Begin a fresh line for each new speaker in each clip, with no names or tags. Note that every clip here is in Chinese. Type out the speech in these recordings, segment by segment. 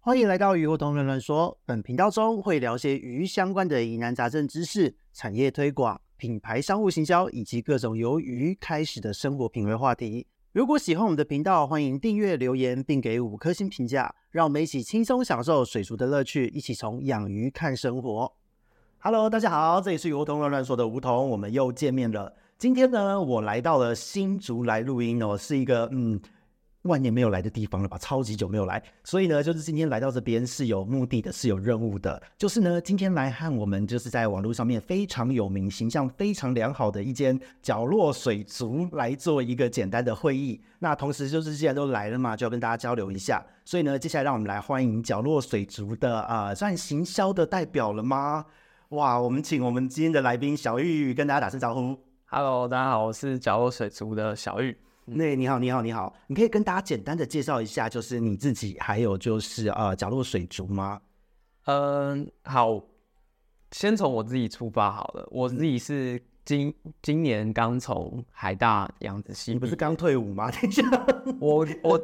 欢迎来到鱼活同人乱说。本频道中会聊些鱼相关的疑难杂症知识、产业推广、品牌商务行销，以及各种由鱼开始的生活品味话题。如果喜欢我们的频道，欢迎订阅、留言，并给五颗星评价。让我们一起轻松享受水族的乐趣，一起从养鱼看生活。Hello，大家好，这里是梧桐乱乱说的梧桐，我们又见面了。今天呢，我来到了新竹来录音哦，是一个嗯万年没有来的地方了吧，超级久没有来，所以呢，就是今天来到这边是有目的的，是有任务的，就是呢，今天来和我们就是在网络上面非常有名、形象非常良好的一间角落水族来做一个简单的会议。那同时就是既然都来了嘛，就要跟大家交流一下，所以呢，接下来让我们来欢迎角落水族的呃，算行销的代表了吗？哇，我们请我们今天的来宾小玉跟大家打声招呼。
Hello，大家好，我是角落水族的小玉。
那你好，你好，你好，你可以跟大家简单的介绍一下，就是你自己，还有就是呃，角落水族吗？
嗯，好，先从我自己出发好了。我自己是今今年刚从海大养殖系
你不
毕
是
业，
刚退伍吗？等一下，
我 我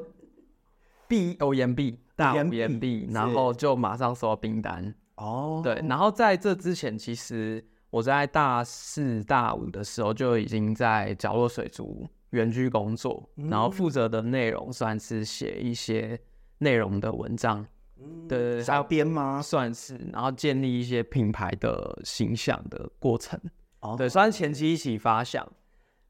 毕我研毕大
研
五
毕
研毕，然
是
后就马上收到订单。
哦，
对，然后在这之前，其实我在大四大五的时候就已经在角落水族园区工作，然
嗯
后负责的内容算是写一些内容的文章。
嗯，
对对对，还
沙
有
边吗？
算是，然后建立一些品牌的形象的过程。
哦
对，算是前期一起发想，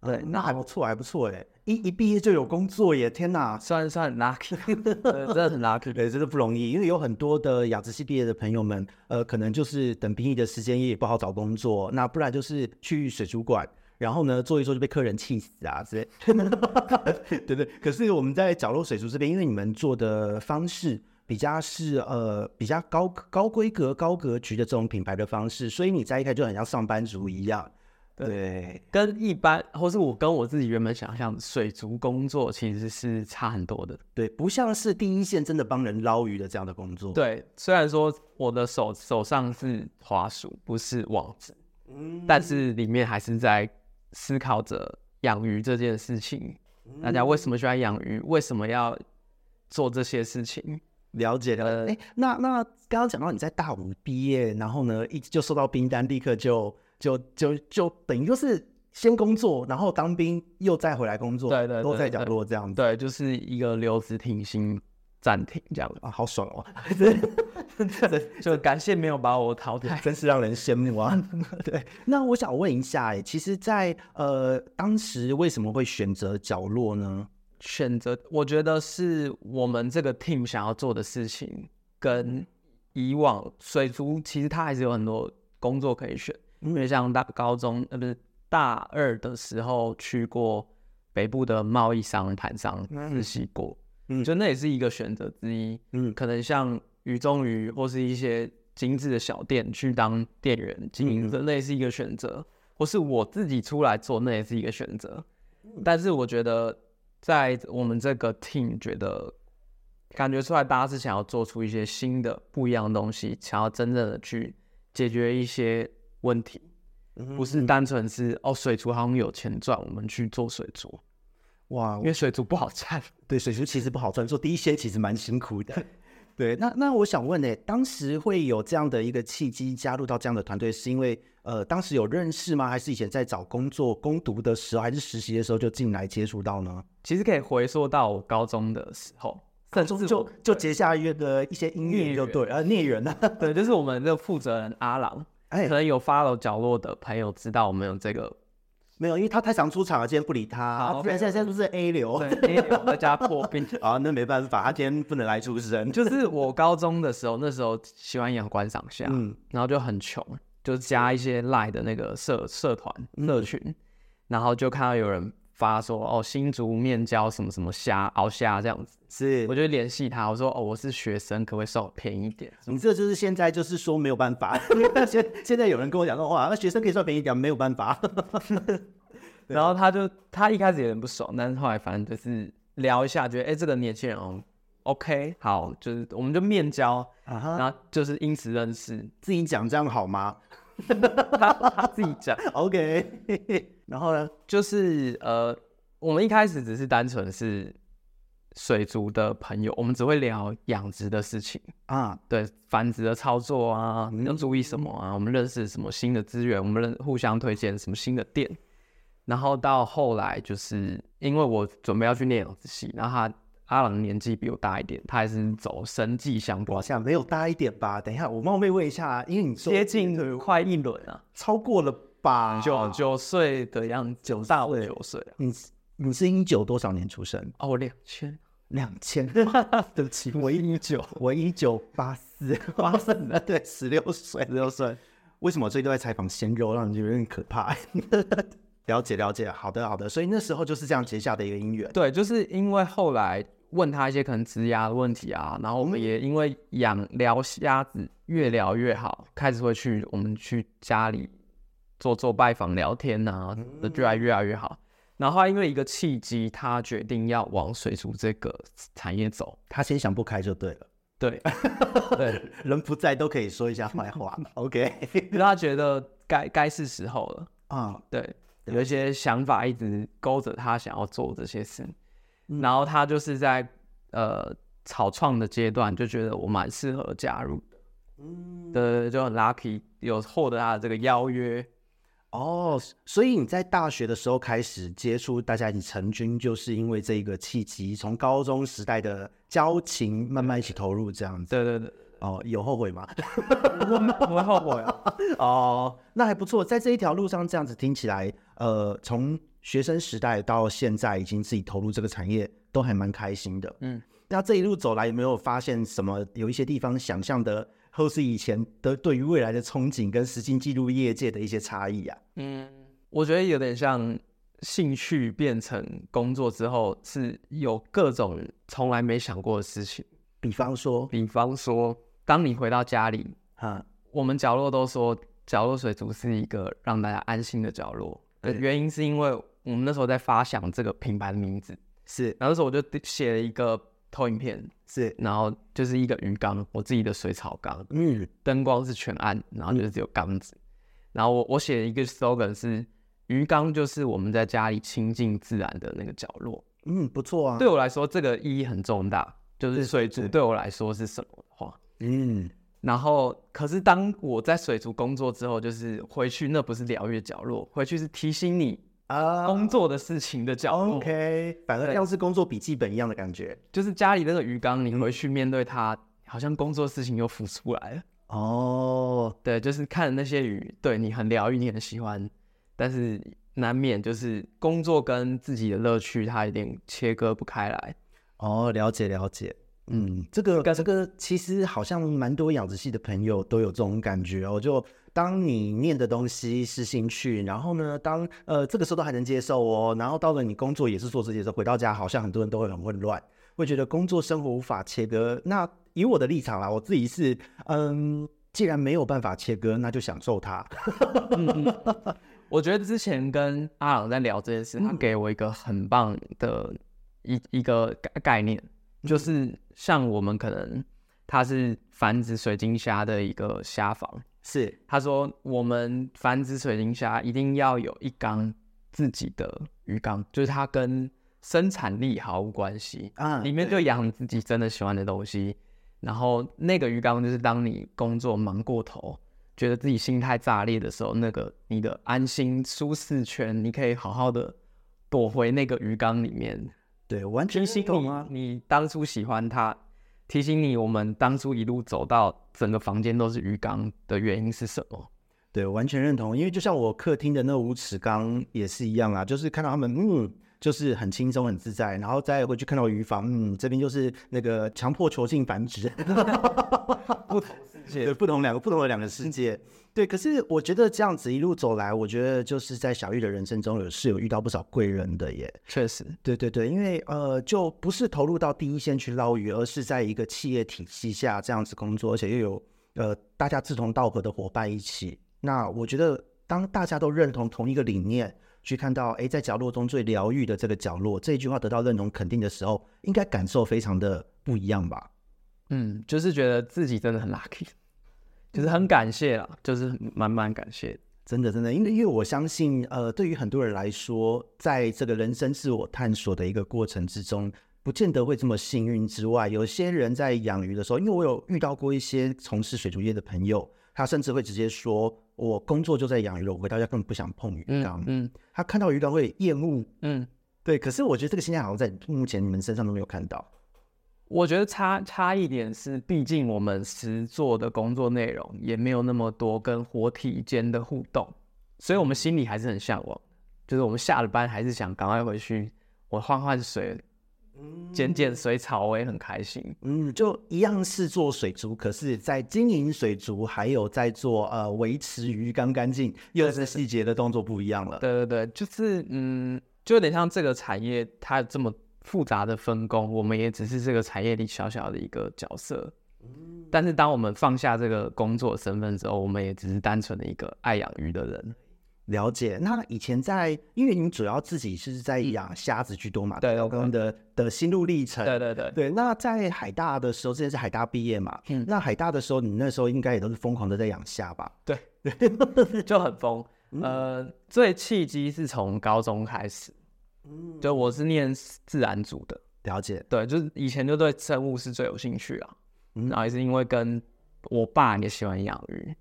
对
嗯
那还
不错，还不错哎，一一毕业就有工作耶，天哪！
算算很 lucky，对 真的很 lucky。
对，真的不容易，因为有很多的养殖系毕业的朋友们，呃，可能就是等兵役的时间也不好找工作，那不然就是去水族馆，然后呢做一做就被客人气死啊之类。 对对，可是我们在角落水族这边，因为你们做的方式比较是呃比较高高规格、高格局的这种品牌的方式，所以你在一开始就很像上班族一样。对，
跟一般，或是我跟我自己原本想象的水族工作其实是差很多的。
对，不像是第一线真的帮人捞鱼的这样的工作。，
对，虽然说我的手手上是滑鼠，不是网子，
嗯
但是里面还是在思考着养鱼这件事情。
嗯
大家为什么喜欢养鱼？为什么要做这些事情？
了解了
呃
解。哎、那那刚刚讲到你在大五毕业，然后呢，一就收到兵单，立刻就就就就等于就是先工作，然后当兵，又再回来工作，
对对
都在
对
角
对
落这样子。
对，就是一个留职停薪暂停这样，
啊，好爽哦！真
就感谢没有把我淘汰。
真是让人羡慕啊！ 对，那我想问一下，哎，其实在，呃当时为什么会选择角落呢？
选择，我觉得是我们这个 team 想要做的事情，跟以往水族其实它还是有很多工作可以选，因为像大高中呃不是大二的时候去过北部的贸易商盘商实习过，
嗯
就那也是一个选择之一。
嗯
可能像鱼中鱼或是一些精致的小店去当店员经营者，那也是一个选择；或是我自己出来做，那也是一个选择。但是我觉得，在我们这个 team 觉得感觉出来，大家是想要做出一些新的、不一样的东西，想要真正的去解决一些问题，
嗯
不是单纯是哦，水族好像有钱赚，我们去做水族，
哇，
因为水族不好 赚。
对，水族其实不好赚，做第一线其实蛮辛苦的。对，那那我想问呢、欸当时会有这样的一个契机加入到这样的团队，是因为呃当时有认识吗？还是以前在找工作、攻读的时候，还是实习的时候就进来接触到呢？
其实可以回溯到我高中的时候，甚至
就
我
就结下约的一些姻
孽
缘，就
缘
对，呃，孽缘啊，
对，就是我们这个负责人阿郎，
哎
可能有 follow 角落的朋友知道我们有这个，
没有，因为他太常出场了，今天不理他，
好
不然现在现在是不是 A 流？
对，因为我在家破冰。
啊，那没办法，他今天不能来出声。
就是我高中的时候，那时候喜欢养观赏虾，
嗯
然后就很穷，就加一些赖的那个社社团社群，然后就看到有人发说哦新竹面交什么什么虾鳌虾这样子，
是
我就联系他，我说哦我是学生，可不可以稍微便宜一点？
你这就是现在就是说没有办法， 现现在有人跟我讲说哇，那学生可以算便宜点，没有办法。
然后他就他一开始有点不爽，但是后来反正就是聊一下，觉得哎、诶这个年轻人哦 OK 好，就是我们就面交，
啊哈，
然后就是因此认识。
自己讲这样好吗
他他自己讲，
？OK，然后呢？
就是呃，我们一开始只是单纯是水族的朋友，我们只会聊养殖的事情，
啊，
对繁殖的操作啊，要注意什么啊，我们认识什么新的资源，我们认互相推荐什么新的店。然后到后来，就是因为我准备要去念养殖系，然后他阿朗年纪比我大一点，他还是走生计相
我
关，
想没有大一点吧？等一下，我冒昧问一下啊，因为你说
接近快一轮啊，
超过了吧？
九九岁的样子，啊九大我九岁啊。
你你是一九多少年出生？
哦，我两千
两 千，对不起，我一
九
我一九八 四八四，对，十六岁，十六岁。为什么最近都在采访鲜肉，让你觉得有点可怕？ 了解了解，好的好的，所以那时候就是这样结下的一个姻缘。
对，就是因为后来问他一些可能职涯的问题啊，然后我们也因为养聊虾子越聊越好，开始会去我们去家里做做拜访聊天啊，越来越来越好。然后后来因为一个契机，他决定要往水族这个产业走。
他先想不开就对了，
对， 对，
人不在都可以说一下坏话。OK，
因为他觉得该该是时候了。
啊，
对，有一些想法一直勾着他想要做这些事，然后他就是在呃草创的阶段就觉得我蛮适合加入的，嗯，对对，对就很 lucky 有获得他的这个邀约，
哦，所以你在大学的时候开始接触大家一起成军，就是因为这一个契机，从高中时代的交情慢慢一起投入这样子。
对对对，
哦，有后悔吗？
不会不会后悔啊，
哦，那还不错，在这一条路上这样子听起来，呃，从学生时代到现在，已经自己投入这个产业，都还蛮开心的。
嗯，
那这一路走来，有没有发现什么？有一些地方想象的，或是以前的对于未来的憧憬，跟实际进入业界的一些差异啊？
嗯，我觉得有点像兴趣变成工作之后，是有各种从来没想过的事情，
比方说，
比方说，当你回到家里，
哈，
我们角落都说角落水族是一个让大家安心的角落，呃原因是因为我们那时候在发想这个品牌的名字，
是
然后那时候我就写了一个投影片，
是，
然后就是一个鱼缸，我自己的水草缸，
嗯，
灯光是全暗，然后就是只有缸子，然后我我写了一个 slogan 是。鱼缸就是我们在家里亲近自然的那个角落。
嗯，不错啊。
对，我来说，这个意义很重大。就是
对
水族
对
对我来说是什么的话，
嗯，
然后，可是当我在水族工作之后，就是回去那不是疗愈角落，回去是提醒你
啊
工作的事情的角落。
，OK，反而像是工作笔记本一样的感觉。
就是家里那个鱼缸，你回去面对它，好像工作事情又浮出来了。
哦，
对，就是看那些鱼，对你很疗愈，你很喜欢，但是难免就是工作跟自己的乐趣，它有点切割不开来。
哦，了解了解。嗯，这个这个其实好像蛮多养殖系的朋友都有这种感觉哦。就当你念的东西是兴趣，然后呢，当呃这个时候都还能接受哦，然后到了你工作也是做这些时候，回到家好像很多人都会很混乱，会觉得工作生活无法切割。那以我的立场啦，我自己是嗯，既然没有办法切割，那就享受它。
我觉得之前跟阿朗在聊这件事，他给我一个很棒的一一个概概念，就是像我们可能他是繁殖水晶虾的一个虾房，
是
他说我们繁殖水晶虾一定要有一缸自己的鱼缸，就是它跟生产力毫无关系，
啊，
里面就养你自己真的喜欢的东西。然后那个鱼缸就是当你工作忙过头，觉得自己心态炸裂的时候，那个你的安心舒适圈，你可以好好的躲回那个鱼缸里面，
对，完全
提醒
系
你
统啊，
你当初喜欢它，提醒你我们当初一路走到整个房间都是鱼缸的原因是什么？
对，完全认同。因为就像我客厅的那五尺缸也是一样啊，就是看到他们，嗯，就是很轻松、很自在，然后再回去看到鱼房，嗯，这边就是那个强迫囚禁繁殖，
不同世
对，
界，
不同两个不同的两个世界。对，可是我觉得这样子一路走来，我觉得就是在小玉的人生中有是有遇到不少贵人的耶。
确实，
对对对，因为呃，就不是投入到第一线去捞鱼，而是在一个企业体系下这样子工作，而且又有呃大家志同道合的伙伴一起。那我觉得，当大家都认同同一个理念，去看到诶，在角落中最疗愈的这个角落，这一句话得到认同肯定的时候，应该感受非常的不一样吧？
嗯，就是觉得自己真的很 lucky，就是很感谢啦，就是满满感谢。
真的，真的，因为因为我相信，呃，对于很多人来说，在这个人生自我探索的一个过程之中，不见得会这么幸运之外，有些人在养鱼的时候，因为我有遇到过一些从事水族业的朋友，他甚至会直接说：“我工作就在养鱼了，我回到家根本不想碰鱼缸。
嗯
他看到鱼缸会厌恶。
嗯，
对，可是我觉得这个现象好像在目前你们身上都没有看到。
我觉得差差一点是，毕竟我们实做的工作内容也没有那么多跟活体间的互动，所以我们心里还是很向往，就是我们下了班还是想赶快回去，我换换水，捡捡水草，我也很开心。
嗯，就一样是做水族，可是，在经营水族，还有在做呃维持鱼缸干净，又是细节的动作不一样了。
对对对，就是嗯，就有点像这个产业它有这么复杂的分工，我们也只是这个产业里小小的一个角色。但是当我们放下这个工作身份之后，我们也只是单纯的一个爱养鱼的人。
了解。那以前在，因为你们主要自己是在养虾子居多嘛，
嗯对
我
对
刚刚的的心路历程。
对对对，
对那在海大的时候，之前是海大毕业嘛，
嗯
那海大的时候，你那时候应该也都是疯狂的在养虾吧？
就很疯。
嗯
呃，最契机是从高中开始，
嗯
就我是念自然组的，
了解，
对，就是以前就对生物是最有兴趣啊，
嗯
然后也是因为跟我爸也喜欢养鱼，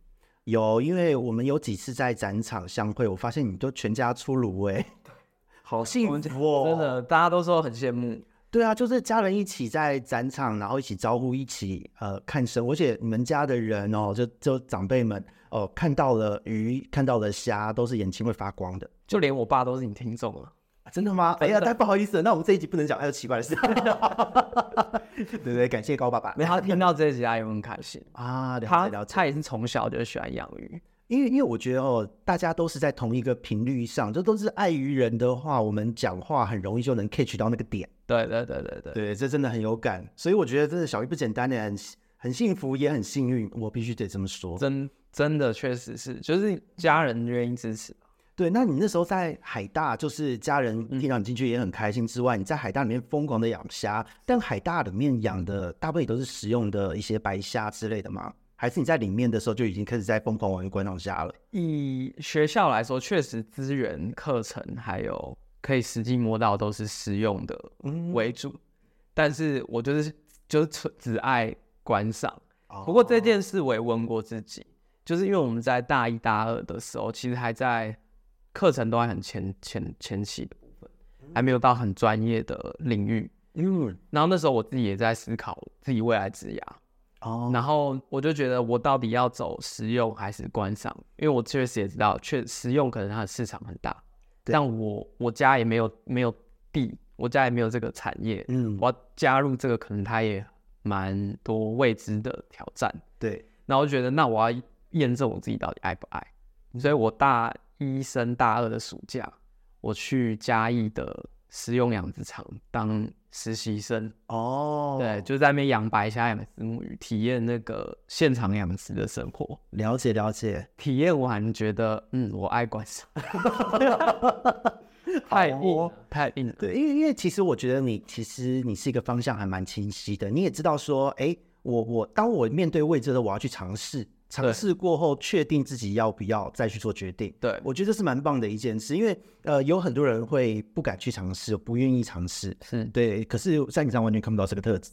有，因为我们有几次在展场相会，我发现你都全家出炉哎、 好幸
我们
福哦！
真，的大家都说很羡慕，
对啊，就是家人一起在展场，然后一起招呼，一起呃看生活，而且你们家的人哦，就就长辈们哦，看到了鱼，看到了虾，都是眼睛会发光的。
就连我爸都是你听众了。
啊真的吗？哎呀，
真的
太不好意思了，那我们这一集不能讲还有奇怪的事。 对对，感谢高爸爸
没他听到这一集，他也会很开心。
啊，了
他
解了解。
他也是从小就喜欢养鱼，
因为因为我觉得哦，大家都是在同一个频率上，这都是爱鱼人的话，我们讲话很容易就能 catch 到那个点。
对对对对对，
对，这真的很有感，所以我觉得真的小鱼不简单欸的，很很幸福，也很幸运，我必须得这么说。
真真的确实是，就是家人愿意支持。
对，那你那时候在海大，就是家人
嗯
听到你进去也很开心之外，你在海大里面疯狂的养虾，但海大里面养的大部分也都是食用的一些白虾之类的吗？还是你在里面的时候就已经开始在疯狂玩观赏虾了？
以学校来说，确实资源、课程还有可以实际摸到都是实用的
嗯
为主，但是我就是就是纯只爱观赏。
哦
不过这件事我也问过自己，就是因为我们在大一、大二的时候，其实还在课程都还很前前前期的部分，还没有到很专业的领域。
嗯
然后那时候我自己也在思考自己未来职涯，
哦，
然后我就觉得我到底要走实用还是观赏，因为我确实也知道，确实用可能它的市场很大，
对
但我我家也没有没有地，我家也没有这个产业，
嗯
我要加入这个可能它也蛮多未知的挑战，
对，
然后我就觉得那我要验证我自己到底爱不爱，所以我大一升大二的暑假，我去嘉义的食用养殖场当实习生。
哦，
对，就在那边养白虾、养石目鱼，体验那个现场养殖的生活。
了解了解，
体验完觉得，嗯，我爱观赏， 太
好
硬
哦
了，太硬了。
对，因为因为其实我觉得你其实你是一个方向还蛮清晰的，你也知道说，哎，我我当我面对未知的，我要去尝试，尝
对
试过后确定自己要不要再去做决定。
对，
我觉得这是蛮棒的一件事，因为呃，有很多人会不敢去尝试，不愿意尝试。
是。
对，可是在你上完全看不到这个特质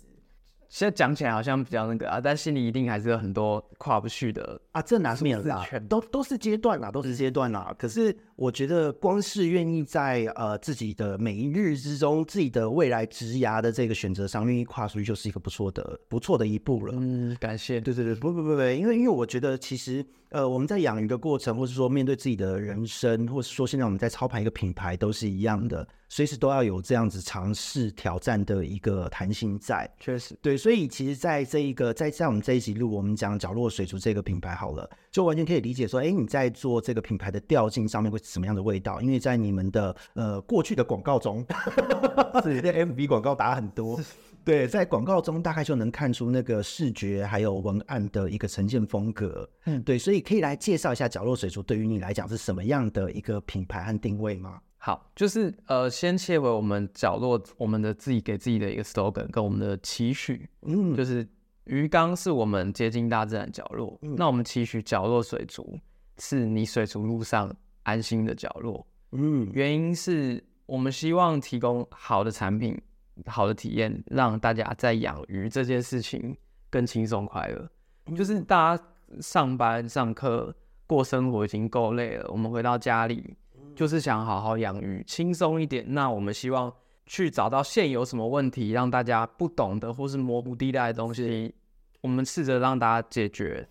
现在讲起来好像比较那个啊，但心里一定还是有很多跨不去的。
啊，这难免
字
啦
圈，
都都是阶段啦，都是阶段啦。可是我觉得，光是愿意在呃自己的每一日之中，自己的未来职涯的这个选择上，愿意跨出去，就是一个不错的不错的一步了。
嗯，感谢。
对对对，不不不不，因为因为我觉得其实呃我们在养鱼的过程，或是说面对自己的人生，或是说现在我们在操盘一个品牌，都是一样的，随时都要有这样子尝试挑战的一个弹性在。
确实，
对，所以其实在这一个在在我们这一集录，我们讲角落水族这个品牌好了，就完全可以理解说，哎，你在做这个品牌的调性上面会是什么样的味道？因为在你们的呃过去的广告中， 是在 MV 广告打很多，对，在广告中大概就能看出那个视觉还有文案的一个呈现风格。嗯，对，所以可以来介绍一下角落水族对于你来讲是什么样的一个品牌和定位吗？
好，就是呃，先切回我们角落，我们的自己给自己的一个 slogan 跟我们的期许。
嗯，
就是鱼缸是我们接近大自然角落，
嗯
那我们期许角落水族是你水族路上安心的角落。
嗯
原因是我们希望提供好的产品好的体验，让大家在养鱼这件事情更轻松快乐。 就是大家上班上课过生活已经够累了，我们回到家里就是想好好养鱼，轻松一点。那我们希望去找到现有什么问题，让大家不懂的或是模糊地带的东西，我们试着让大家解决。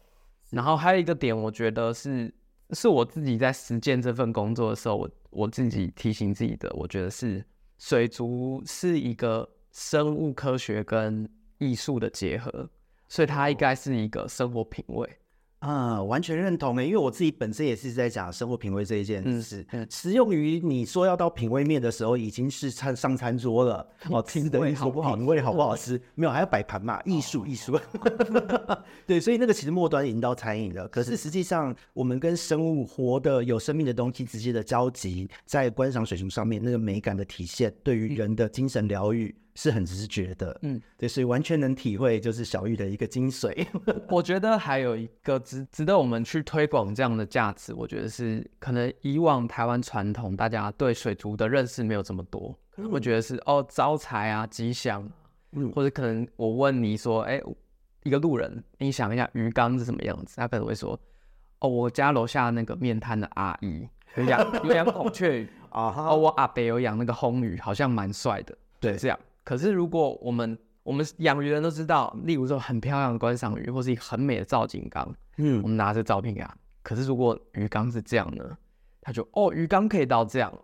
然后还有一个点，我觉得是是我自己在实践这份工作的时候，我我自己提醒自己的，我觉得是水族是一个生物科学跟艺术的结合，所以它应该是一个生活品味。
啊、完全认同诶，因为我自己本身也是在讲生活品味这一件
嗯
事，
嗯
适用于你说要到品味面的时候，已经是餐上餐桌了哦，吃的
味
艺术
好不好
品味好不好吃，没有还要摆盘嘛，艺术艺术，
哦
对，所以那个其实末端引到餐饮了，可是实际上我们跟生物活的有生命的东西直接的交集，在观赏水族上面那个美感的体现，对于人的精神疗愈是很直觉的，
嗯，
对，所以完全能体会就是小玉的一个精髓，
我觉得还有一个值值得我们去推广这样的价值，我觉得是可能以往台湾传统大家对水族的认识没有这么多，可能会觉得是哦招财啊吉祥，
嗯
或者可能我问你说，哎、一个路人，你想一下鱼缸是什么样子，他可能会说，哦我家楼下那个面摊的阿姨 有养有养孔雀鱼，
啊哈
哦，我阿伯有养那个红鱼，好像蛮帅的，
对
这样。可是如果我们我们养鱼人都知道，例如说很漂亮的观赏鱼，或是一个很美的造景缸，
嗯
我。们拿着照片给他。可是如果鱼缸是这样呢，他就哦，鱼缸可以到这样，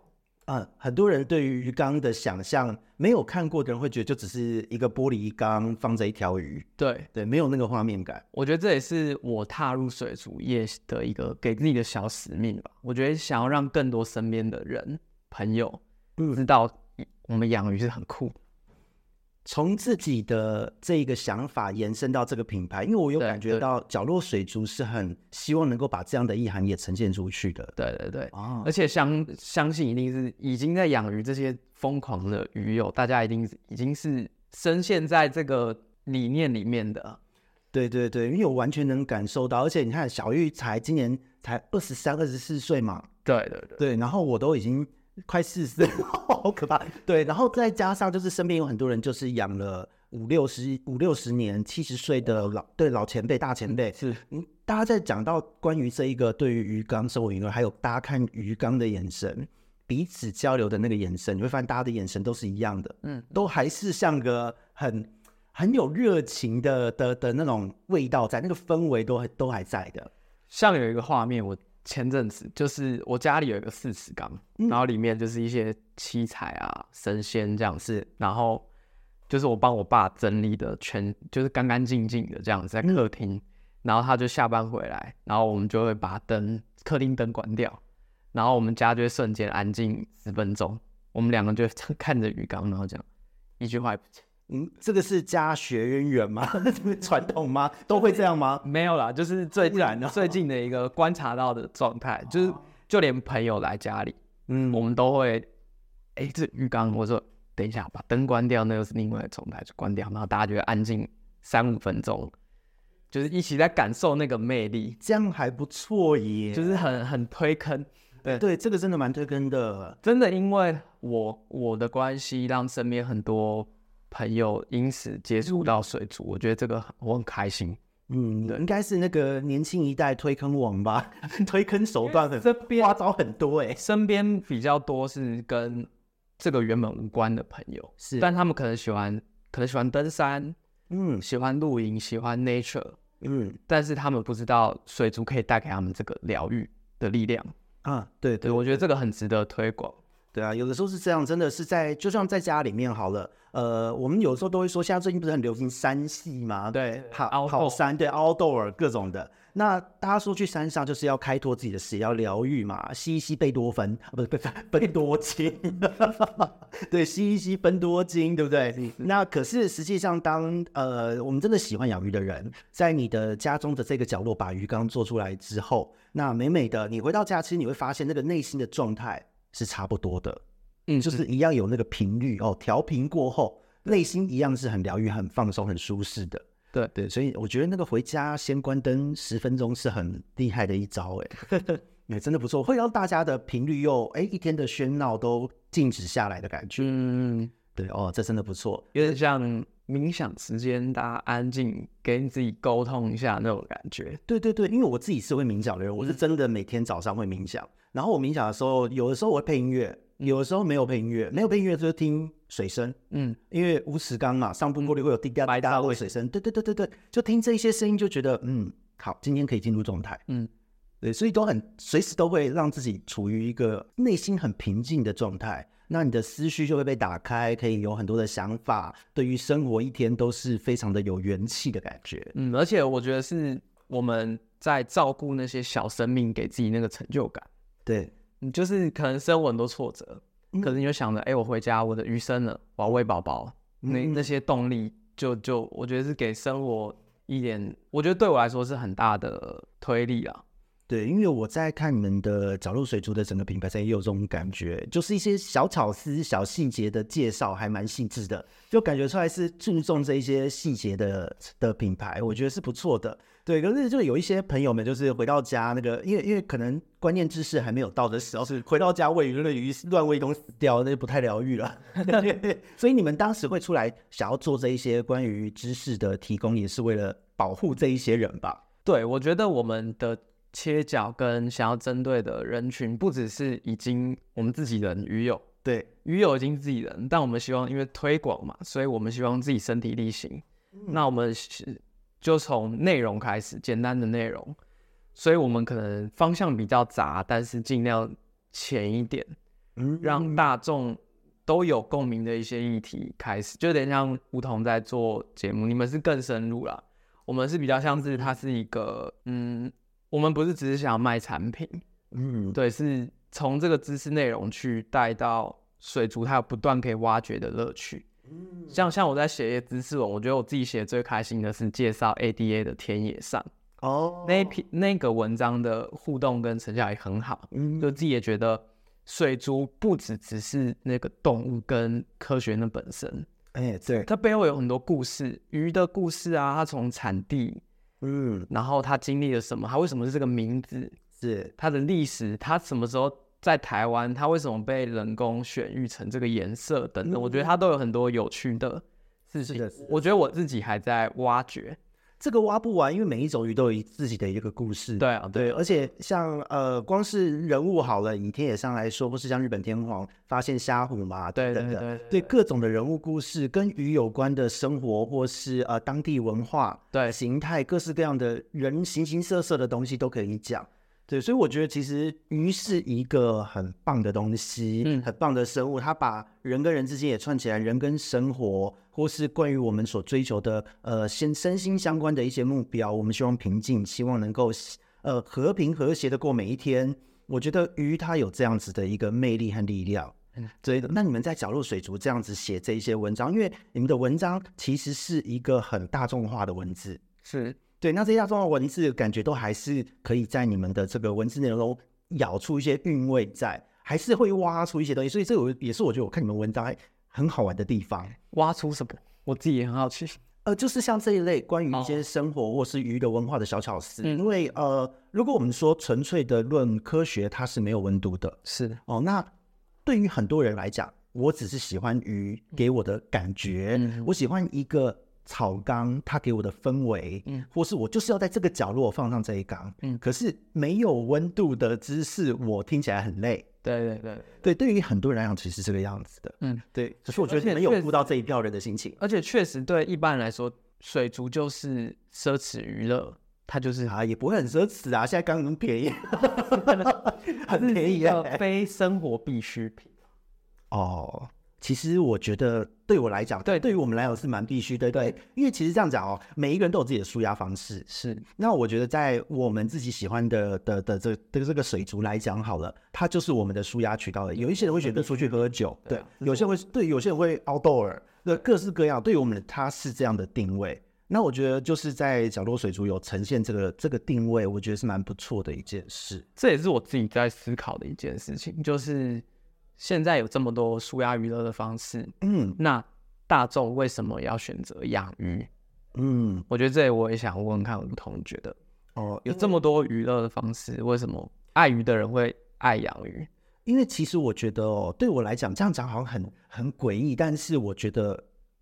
嗯，很多人对于鱼缸的想象，没有看过的人会觉得就只是一个玻璃缸放着一条鱼，
对。
对，没有那个画面感。
我觉得这也是我踏入水族业的一个给自己的小使命吧。我觉得想要让更多身边的人朋友知道，我们养鱼是很酷的。
从自己的这个想法延伸到这个品牌，因为我有
对
感觉
对
到角落水族是很希望能够把这样的意涵也呈现出去的
对对对，
啊。
而且相相信一定是已经在养鱼这些疯狂的鱼友，大家一定是已经是深陷在这个理念里面的。
对对对，因为我完全能感受到，而且你看小玉才今年才二十三、二十四岁嘛，
对对对，
对，然后我都已经快四十了， 好可怕。对，然后再加上就是身边有很多人就是养了五六十、五六十年、七十岁的老对老前辈、大前辈。
是
嗯，大家在讲到关于这一个对于鱼缸生活理论，还有大家看鱼缸的眼神，彼此交流的那个眼神，你会发现大家的眼神都是一样的，
嗯，
都还是像个很。很有热情的的的那种味道在，那个氛围都还都还在的。
像有一个画面，我前阵子就是我家里有一个四尺缸，然后里面就是一些七彩啊、神仙这样子，然后就是我帮我爸整理的全就是干干净净的这样子在客厅，然后他就下班回来，然后我们就会把灯客厅灯关掉，然后我们家就会瞬间安静十分钟，我们两个就看着鱼缸，然后这样一句话也不讲。
嗯，这个是家学渊源 吗？传统吗？都会这样吗？
没有啦，就是最
突然哦啊
最近的一个观察到的状态，就是就连朋友来家里，
嗯
我们都会，哎、这浴缸，我说等一下把灯关掉，那又是另外一个状态，就关掉，然后大家就会安静三五分钟，就是一起在感受那个魅力，
这样还不错耶。
就是很很推坑，对
对，这个真的蛮推坑的。
真的因为我我的关系，让身边很多朋友因此接触到水族，我觉得这个很我很开心。
嗯，应该是那个年轻一代推坑王 吧，推坑手段很
这边
花招很多哎。
身边比较多是跟这个原本无关的朋友，
是
但他们可能喜欢，可能喜欢登山，
嗯
喜欢露营，喜欢 nature，
嗯
但是他们不知道水族可以带给他们这个疗愈的力量。
啊，对对
对，我觉得这个很值得推广。
对啊，有的时候是这样，真的是在就像在家里面好了。呃，我们有时候都会说，现在最近不是很流行山系吗？
对
跑
outdoor
跑山，对 outdoor 各种的。那大家说去山上就是要开拓自己的视野，要疗愈嘛，吸一吸贝多芬，啊不是不是芬多精， 对，吸一吸芬多精，对不对？那可是实际上当，呃我们真的喜欢养鱼的人，在你的家中的这个角落把鱼缸做出来之后，那美美的你回到家，其实你会发现那个内心的状态是差不多的。
嗯，
就是一样有那个频率哦，调频过后，内心一样是很疗愈、很放松、很舒适的。
对
对，所以我觉得那个回家先关灯十分钟是很厉害的一招，哎， 也真的不错，会让大家的频率又哎一天的喧闹都静止下来的感觉。
嗯，
对哦，这真的不错。
有点像冥想时间，大家安静跟自己沟通一下那种感觉。
对对对，因为我自己是会冥想的人，
嗯
我是真的每天早上会冥想。然后我冥想的时候，有的时候我会配音乐，有的时候没有配音乐，没有配音乐就是听水声，
嗯，
因为无齿缸嘛，上部玻璃会有滴答滴答的水声。对对对对对，就听这些声音就觉得嗯，好，今天可以进入状态。
嗯，
对，所以都很随时都会让自己处于一个内心很平静的状态。那你的思绪就会被打开，可以有很多的想法，对于生活一天都是非常的有元气的感觉。
嗯，而且我觉得是我们在照顾那些小生命，给自己那个成就感。
对，
你就是可能生活很多挫折，可是你就想着，哎、我回家，我的鱼生了，我要喂宝宝，那那些动力就就我觉得是给生活一点，我觉得对我来说是很大的推力啊。
对，因为我在看你们的角落水族的整个品牌赛，也有这种感觉，就是一些小巧思、小细节的介绍，还蛮细致的，就感觉出来是注重这一些细节的的品牌，我觉得是不错的。对，可是就有一些朋友们，就是回到家那个，因为因为可能观念知识还没有到的时候，是回到家喂鱼，那个鱼乱喂东西死掉，那就不太疗愈了。 所以你们当时会出来想要做这一些关于知识的提供，也是为了保护这一些人吧？
对，我觉得我们的切角跟想要针对的人群，不只是已经我们自己人鱼友，
对，
鱼友已经自己人，但我们希望因为推广嘛，所以我们希望自己身体力行。那我们是就从内容开始，简单的内容，所以我们可能方向比较杂，但是尽量浅一点，
嗯
让大众都有共鸣的一些议题开始，就有点像梧桐在做节目，你们是更深入啦，我们是比较像是它是一个，嗯，我们不是只是想要卖产品，
嗯，
对，是从这个知识内容去带到水族，它有不断可以挖掘的乐趣。像像我在写一些知识文，我觉得我自己写最开心的是介绍 ADA 的田野上
哦，
那一篇那个文章的互动跟成效也很好，
嗯
就自己也觉得水族不只只是那个动物跟科学那本身，
哎，对，
它背后有很多故事，鱼的故事啊，它从产地，
嗯，
然后它经历了什么，它为什么是这个名字，
是，
它的历史，它什么时候在台湾，它为什么被人工选育成这个颜色等等，我觉得它都有很多有趣的事情。
是的是的
我觉得我自己还在挖掘。
这个挖不完，因为每一种鱼都有一自己的哦一个故事。
对啊，
对，而且像呃，光是人物好了，以田野上来说，或是像日本天皇发现虾虎嘛，
对
等
对
等
对
的，对
对
各种的人物故事，跟鱼有关的生活，或是呃当地文化、
对
形态，各式各样的人形形色色的东西都可以讲。对，所以我觉得其实鱼是一个很棒的东西，
嗯
很棒的生物，它把人跟人之间也串起来，人跟生活，或是关于我们所追求的呃身身心相关的一些目标，我们希望平静，希望能够呃和平和谐的过每一天。我觉得鱼它有这样子的一个魅力和力量。对，那你们在角落水族这样子写这一些文章，因为你们的文章其实是一个很大众化的文字，
是
对，那这些大众化文字感觉都还是可以在你们的这个文字内容中咬出一些韵味在，还是会挖出一些东西，所以这我也是我觉得我看你们文章还很好玩的地方。
挖出什么？我自己也很好奇。
呃，就是像这一类关于一些生活或是娱乐文化的小巧思，
嗯
因为呃，如果我们说纯粹的论科学，它是没有温度的，
是
哦，那对于很多人来讲，我只是喜欢鱼给我的感觉，
嗯
我喜欢一个草缸它给我的氛围，
嗯
或是我就是要在这个角落放上这一缸，
嗯
可是没有温度的知识，我听起来很累。
对对对，
对，对于很多人来讲，其实是这个样子的，
嗯，
对。可是我觉
而
得
且
你们有
确
顾到这一票人的心情，
而且确实对一般人来说，水族就是奢侈娱乐，它就是
啊，也不会很奢侈啊，现在缸很便宜， 很便宜耶、
呃非生活必需品。
哦，其实我觉得对我来讲，
对
对于我们来讲是蛮必须的，对，因为其实这样讲哦，每一个人都有自己的舒压方式。
是
那我觉得，在我们自己喜欢的的的这这这个水族来讲好了，它就是我们的舒压渠道了。有一些人会选择出去喝酒，对
对啊，
有些人会对，有些人会 outdoor，对，各式各样。对于我们的它是这样的定位。那我觉得就是在角落水族有呈现这个这个定位，我觉得是蛮不错的一件事。
这也是我自己在思考的一件事情，就是现在有这么多舒压娱乐的方式，
嗯
那大众为什么要选择养鱼？
嗯，
我觉得这里我也想问问看梧桐，觉得
哦，
有这么多娱乐的方式，为什么爱鱼的人会爱养鱼？
因为其实我觉得哦，对我来讲，这样讲好像很很诡异，但是我觉得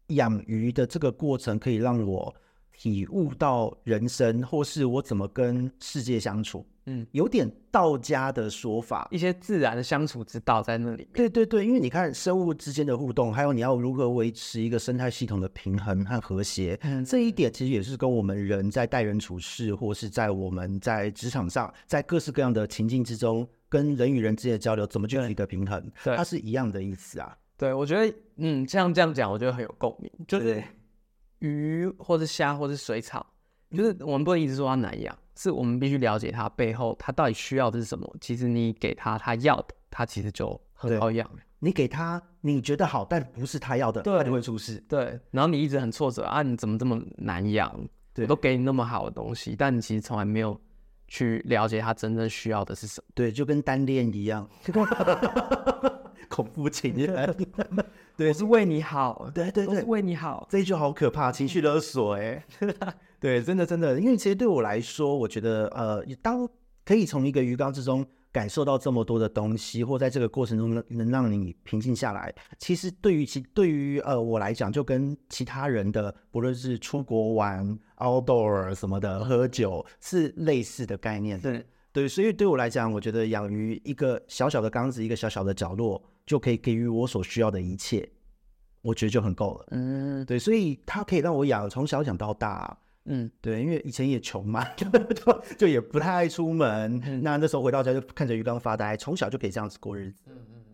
养鱼的这个过程可以让我体悟到人生，或是我怎么跟世界相处，
嗯，
有点道家的说法。
一些自然的相处之道在那里面。
对对对，因为你看生物之间的互动，还有你要如何维持一个生态系统的平衡和和谐，
嗯
这一点其实也是跟我们人在待人处事，或是在我们在职场上，在各式各样的情境之中，跟人与人之间的交流，怎么去取得平衡，
对
它是一样的意思啊。
对，我觉得，嗯，像这样讲，我觉得很有共鸣。就是
对
鱼或是虾或是水草，
嗯
就是我们不能一直说它难养，是我们必须了解它背后它到底需要的是什么。其实你给它它要的，它其实就很好养。
你给他你觉得好，但不是他要的，
对
他就会出事。
对，然后你一直很挫折啊，你怎么这么难养？
对
我都给你那么好的东西，但你其实从来没有去了解它真正需要的是什么。
对，就跟单恋一样， 恐怖情人。
我是为你好，
对对
都
对
是，为你好。
这一句好可怕，情绪勒索哎、 对，真的真的，因为其实对我来说，我觉得呃，当可以从一个鱼缸之中感受到这么多的东西，或在这个过程中能能让你平静下来，其实对于其对于呃我来讲，就跟其他人的不论是出国玩、outdoor 什么的、喝酒是类似的概念。
对，
对，所以对我来讲，我觉得养鱼一个小小的缸子，一个小小的角落，就可以给予我所需要的一切，我觉得就很够了。
嗯
对，所以它可以让我养从小养到大。
嗯，
对，因为以前也穷嘛， 就就就也不太爱出门。那那时候回到家就看着鱼缸发呆，从小就可以这样子过日子，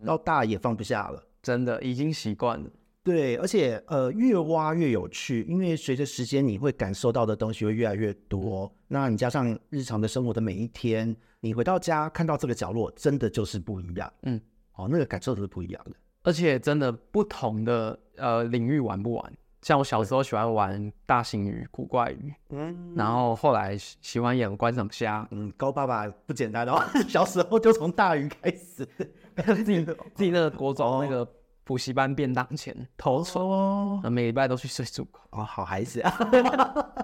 到大也放不下了。
真的已经习惯了。
对，而且呃，越挖越有趣，因为随着时间，你会感受到的东西会越来越多。那你加上日常的生活的每一天，你回到家看到这个角落，真的就是不一样。
嗯，
哦，那个感受都是不一样的。
而且真的不同的呃领域玩不玩，像我小时候喜欢玩大型鱼、古怪鱼，
嗯，
然后后来喜喜欢养观赏虾
嗯，高爸爸不简单哦， 小时候就从大鱼开始。
自己自己那个国中那个补习班便当钱头抽，
哦，
呃每礼拜都去水族馆。
哦，好孩子啊！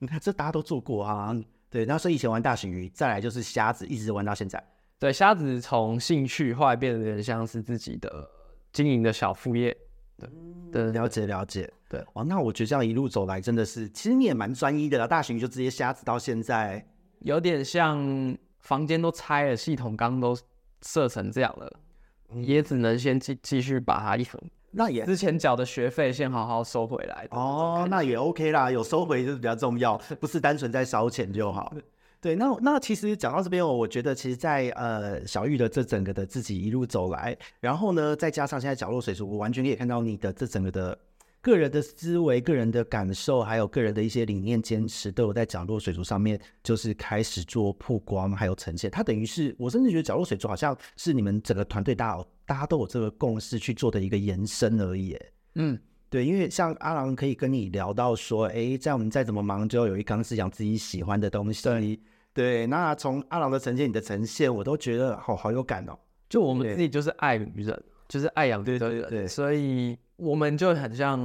你看，这大家都做过啊。对，那所以以前玩大型鱼，再来就是虾子，一直玩到现在。
对，虾子从兴趣后来变得有点像是自己的经营的小副业。对对
了解了解，
对，
哇，那我觉得这样一路走来，真的是，其实你也蛮专一的啦。大型鱼就直接虾子到现在，
有点像房间都拆了，系统缸都设成这样了，
嗯
也只能先继继续把它一横
那也
之前缴的学费先好好收回来。
哦，那也 OK 啦，有收回就是比较重要，不是单纯在烧钱就好。对，那那其实讲到这边哦，我觉得其实在，呃小玉的这整个的自己一路走来，然后呢，再加上现在角落水族，我完全可以看到你的这整个的个人的思维、个人的感受，还有个人的一些理念坚持，都有在角落水族上面就是开始做曝光，还有呈现。它等于是我甚至觉得角落水族好像是你们整个团队大家有大家都有这个共识去做的一个延伸而已耶。
嗯，
对，因为像阿郎可以跟你聊到说，诶，在我们再怎么忙，就有一缸是养自己喜欢的东西。对，那从阿郎的呈现，你的呈现，我都觉得好好有感哦。
就我们
对
自己就是爱女人，就是爱养女
对对
人，
对
所以我们就很像，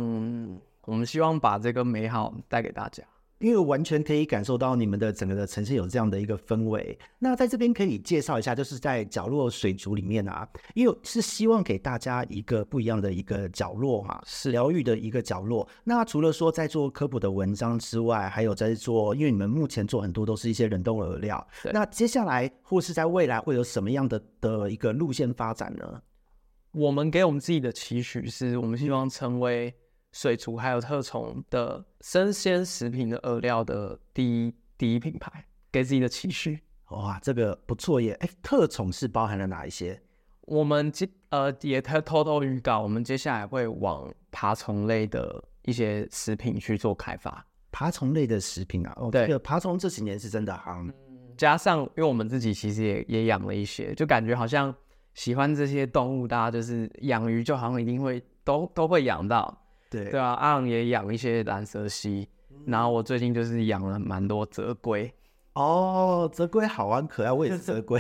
我们希望把这个美好带给大家。
因为完全可以感受到你们的整个的呈现有这样的一个氛围。那在这边可以介绍一下，就是在角落水族里面啊，因为是希望给大家一个不一样的一个角落嘛，
是
疗愈的一个角落。那除了说在做科普的文章之外，还有在做，因为你们目前做很多都是一些冷冻饵料，
对
那接下来或是在未来会有什么样的的一个路线发展呢？
我们给我们自己的期许是，我们希望成为水族还有特虫的生鲜食品的饵料的第一第一品牌，给自己的期许。
哇，这个不错耶！哎，特宠是包含了哪一些？
我们接呃也偷偷偷预告，我们接下来会往爬虫类的一些食品去做开发，
爬虫类的食品啊，哦，
对
这个爬虫这几年是真的行。
加上因为我们自己其实也也养了一些，就感觉好像喜欢这些动物，大家就是养鱼就好像一定会都都会养到，
对
对啊，阿朗也养一些蓝蛇蜥，然后我最近就是养了蛮多泽龟，
哦，泽龟好玩可爱，我也是泽 龟。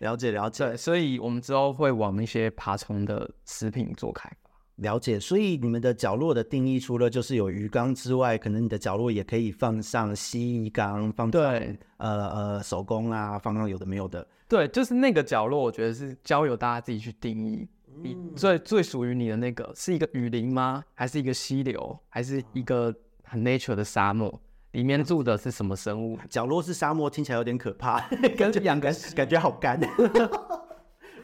了解了解，
对，所以我们之后会往一些爬虫的食品做开发。
了解，所以你们的角落的定义，除了就是有鱼缸之外，可能你的角落也可以放上蜥蜴缸，放上
对
呃呃手工啊，放上有的没有的。
对，就是那个角落，我觉得是交由大家自己去定义。你最最属于你的那个是一个雨林吗？还是一个溪流？还是一个很 nature 的沙漠？里面住的是什么生物？
角落是沙漠，听起来有点可 怕，感觉感感觉好干。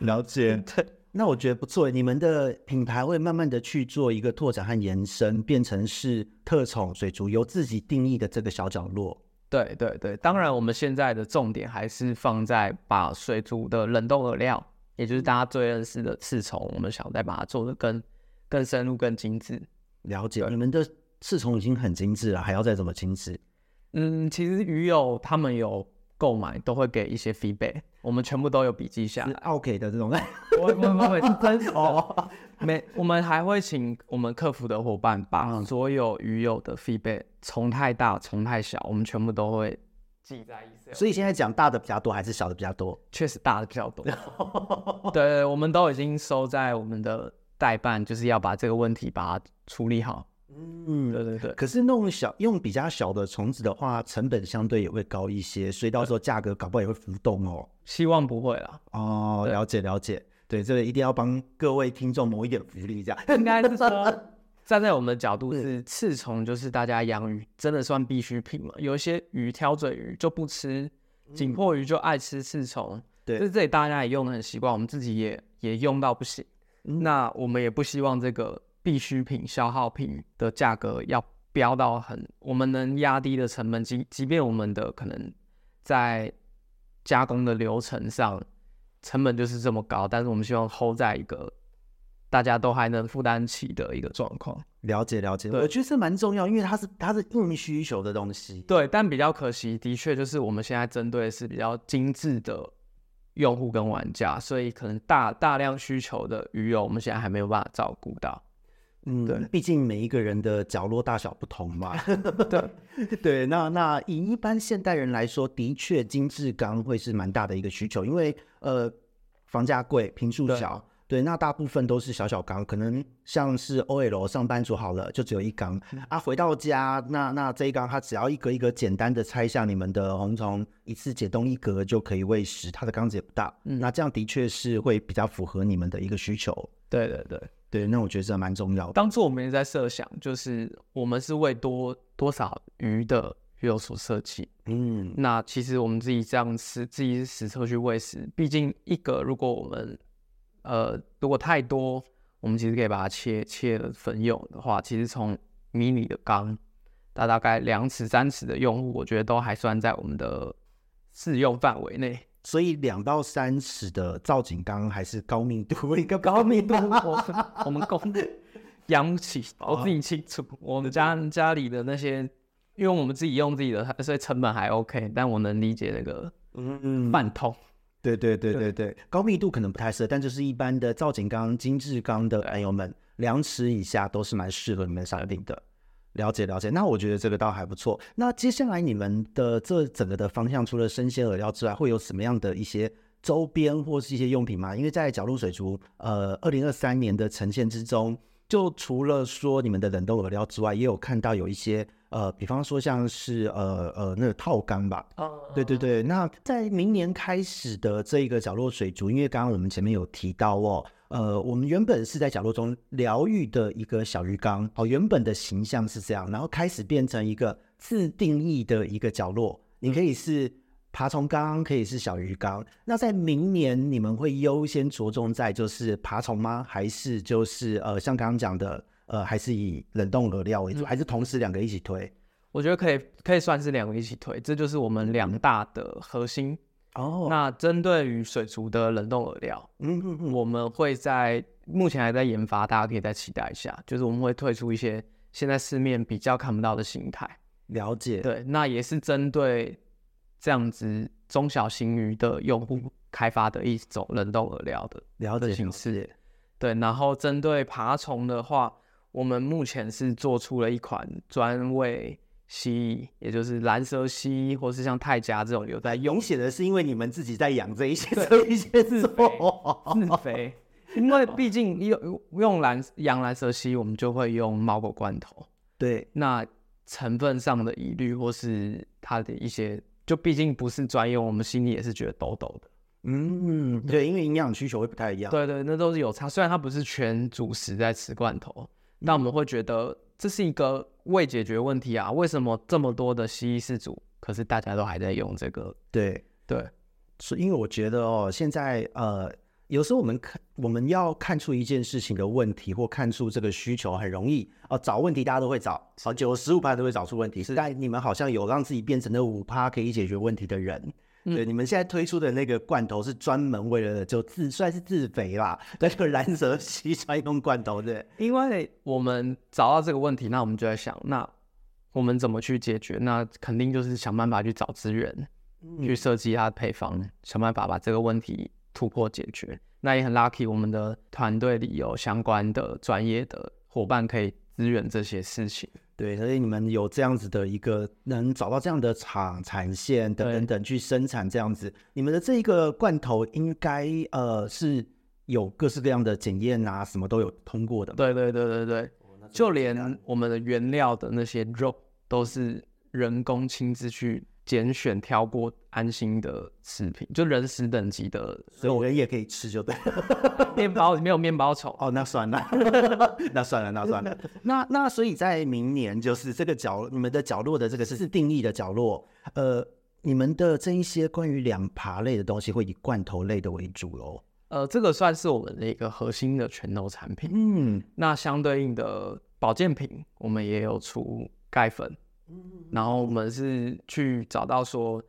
了 解，那我觉得不错。你们的品牌会慢慢的去做一个拓展和延伸，变成是特宠水族由自己定义的这个小角落。
对对对，当然我们现在的重点还是放在把水族的冷冻饵料，也就是大家最认识的刺虫，我们想再把它做的更更深入、更精致。
了解，你们的侍从已经很精致了，还要再怎么精致？
嗯，其实鱼友他们有购买都会给一些 feedback，我们全部都有笔记下
是
来。
OK 的这种。
不会不会不会，是真实哦。 没，我们还会请我们客服的伙伴把所有鱼友的 feedback，从太大从太小，我们全部都会记在 Excel。
所以现在讲大的比较多，还是小的比较多？
确实大的比较 多。对对，对我们都已经收在我们的代办，就是要把这个问题把它处理好。
嗯，
对对对，
可是弄小用比较小的虫子的话，成本相对也会高一些，所以到时候价格搞不好也会浮动哦。
希望不会 啦，
哦，了解了解，对，这个一定要帮各位听众谋一点福利，这样。
应该是说。站在我们的角度是，刺虫就是大家养鱼真的算必需品嘛？有一些鱼挑嘴鱼就不吃，紧迫鱼就爱吃刺虫，
对
就是这里大家也用的很习惯，我们自己也也用到不行。那我们也不希望这个必需品、消耗品的价格要飙到很，我们能压低的成本，即即便我们的可能在加工的流程上成本就是这么高，但是我们希望 hold 在一个大家都还能负担起的一个状况。
了解了解，我觉得这蛮重要，因为它是它是硬需求的东西。
对，但比较可惜，的确就是我们现在针对的是比较精致的用户跟玩家，所以可能大大量需求的鱼友，我们现在还没有办法照顾到。
嗯，
对
毕竟每一个人的角落大小不同嘛。
对，
对，那那以一般现代人来说，的确精致缸会是蛮大的一个需求，因为呃，房价贵，平数
对
小，对，那大部分都是小小缸，可能像是 OL 上班族好了，就只有一缸
嗯
啊。回到家，那那这一缸，它只要一格一格简单的拆下你们的红虫，一次解冻一格就可以喂食，它的缸子也不大，
嗯
那这样的确是会比较符合你们的一个需求。
对对对。
对，那我觉得这蛮重要的。
当初我们也在设想，就是我们是为多多少鱼的鱼友所设计。
嗯，
那其实我们自己这样实自己实测去喂食，毕竟一个如果我们呃如果太多，我们其实可以把它切切了粉蛹的话，其实从迷你的缸，大大概两尺三尺的用户，我觉得都还算在我们的适用范围内。
所以两到三尺的造景缸还是高密度 一个
高密度，我我们公养不起，我自己清楚。我们家家里的那些，因为我们自己用自己的，所以成本还 OK。但我能理解那个
嗯，
慢痛。
对对对对对，高密度可能不太适合，但就是一般的造景缸、精致缸的朋友们，两尺以下都是蛮适合你们商品的。了解了解，那我觉得这个倒还不错。那接下来你们的这整个的方向，除了生鲜饵料之外，会有什么样的一些周边或是一些用品吗？因为在角落水族，呃，二零二三年的呈现之中，就除了说你们的冷冻饵料之外，也有看到有一些呃，比方说像是呃呃那个套缸吧，
嗯
对对对，那在明年开始的这个角落水族，因为刚刚我们前面有提到哦，呃，我们原本是在角落中疗愈的一个小鱼缸，哦，原本的形象是这样，然后开始变成一个自定义的一个角落，你可以是爬虫缸，可以是小鱼缸。那在明年你们会优先着重在就是爬虫吗？还是就是呃，像刚刚讲的，呃，还是以冷冻饵料为主，还是同时两个一起推？
我觉得可以可以算是两个一起推，这就是我们两大的核心。
哦，
那针对于水族的冷冻饵料，
嗯嗯嗯，
我们会在目前还在研发，大家可以再期待一下。就是我们会推出一些现在市面比较看不到的形态。
了解。
对，那也是针对这样子中小型鱼的用户开发的一种冷冻饵料的
了
的
解
形
了
式
解。
对，然后针对爬虫的话，我们目前是做出了一款专为蜥蜴，也就是蓝蛇蜥蜴，或是像泰迦这种有在
来，勇写的是因为你们自己在养这一些，这一些
自
自
肥自肥因为毕竟用用蓝养蓝蛇烯，我们就会用猫狗罐头，
对，
那成分上的疑虑或是它的一些，就毕竟不是专用，我们心里也是觉得抖抖的。
嗯，对，因为营养需求会不太一样。
对对，那都是有差。虽然它不是全主食在吃罐头，但我们会觉得这是一个未解决问题啊。为什么这么多的西医氏组，可是大家都还在用这个？
对，
对，
是因为我觉得哦，现在呃，有时候我们看我们要看出一件事情的问题，或看出这个需求很容易哦、找问题大家都会找，好九十五趴都会找出问题，但你们好像有让自己变成那五趴可以解决问题的人。对，你们现在推出的那个罐头是专门为了就自算是自肥啦，那个蓝 蛇烯专用罐头对，
因为我们找到这个问题，那我们就在想，那我们怎么去解决？那肯定就是想办法去找资源，
嗯
去设计它的配方，想办法把这个问题突破解决。那也很 lucky，我们的团队里有相关的专业的伙伴可以支援这些事情。
对，所以你们有这样子的一个能找到这样的厂产线等
对
等等去生产这样子，你们的这一个罐头应该呃是有各式各样的检验啊，什么都有通过的嘛。
对对对对对，就连我们的原料的那些肉都是人工亲自去拣选挑过安心的食品，就人食等级的
所以我们也可以吃就对。
面包，没有面包虫。
哦，那算 了，那算了，那算了。那那所以在明年就是这个角，你们的角落的这个是定义的角落，呃，你们的这一些关于两爬类的东西会以罐头类的为主喽。
呃，这个算是我们的一个核心的拳头产品。
嗯，
那相对应的保健品，我们也有出钙粉，然后我们是去找到说，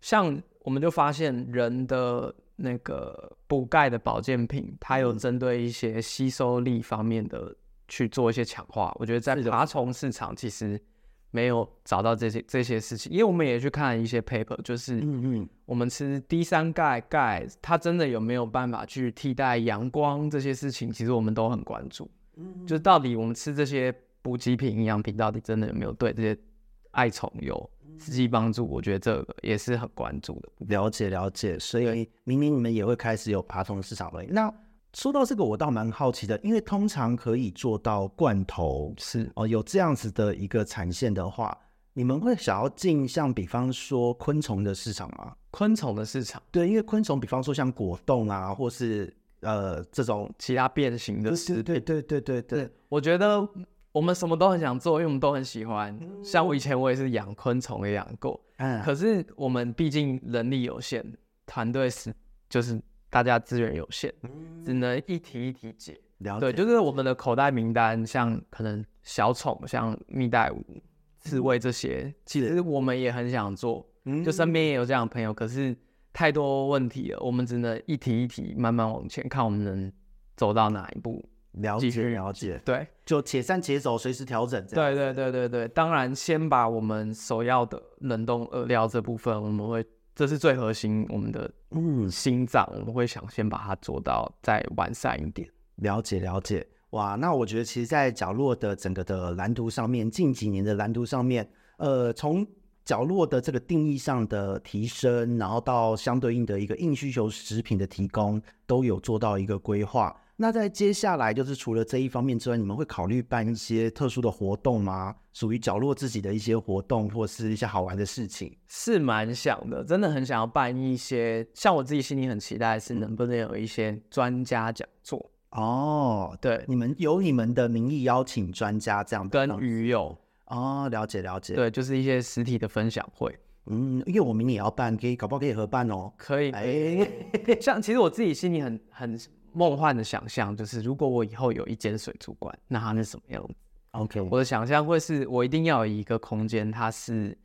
像我们就发现人的那个补钙的保健品，它有针对一些吸收力方面的去做一些强化。我觉得在爬虫市场其实没有找到这些这些事情，因为我们也去看一些 paper，就是
嗯嗯，
我们吃 D 三钙钙，它真的有没有办法去替代阳光这些事情？其实我们都很关注，
嗯
就是到底我们吃这些补给品、营养品，到底真的有没有对这些爱宠有
嗯
实际帮助？我觉得这个也是很关注的。
了解了解，所以明年你们也会开始有爬虫市场了。那说到这个，我倒蛮好奇的，因为通常可以做到罐头
是，
哦，有这样子的一个产线的话，你们会想要进像比方说昆虫的市场吗？
昆虫的市场，
对，因为昆虫，比方说像果冻啊，或是呃这种，
其他变形的食
对对对对对，
我觉得我们什么都很想做，因为我们都很喜欢。像我以前我也是养昆虫，也养过，
嗯，
可是我们毕竟人力有限，团队是就是大家资源有限，只能一题一题解。
嗯了解，
对，就是我们的口袋名单，像可能小宠，像蜜袋鼯、刺猬这些，其实我们也很想做，
嗯
就身边也有这样的朋友，可是太多问题了，我们只能一题一题慢慢往前，看我们能走到哪一步。
了
继
解
续
了解，
对，
就且战且走，随时调整这样。
对对对对对，当然先把我们首要的冷冻饵料这部分，我们会这是最核心我们的
嗯，
心脏，我们会想先把它做到再完善一点。
了解了解，哇，那我觉得其实，在角落的整个的蓝图上面，近几年的蓝图上面，呃，从角落的这个定义上的提升，然后到相对应的一个硬需求食品的提供，都有做到一个规划。那在接下来，就是除了这一方面之外，你们会考虑办一些特殊的活动吗？属于角落自己的一些活动，或是一些好玩的事情？
是蛮想的，真的很想要办一些，像我自己心里很期待是能不能有一些专家讲座，
哦，
对，
你们有你们的名义邀请专家这样的
跟
方
鱼友，
哦，了解了解。
对，就是一些实体的分享会，
嗯，因为我明年也要办，可以搞不好可以合办哦。
可以。
哎，
像其实我自己心里很很梦幻的想象，就是如果我以后有一间水族馆，那它是什么样子？
，OK，
我的想象会是我一定要有一个空间，它是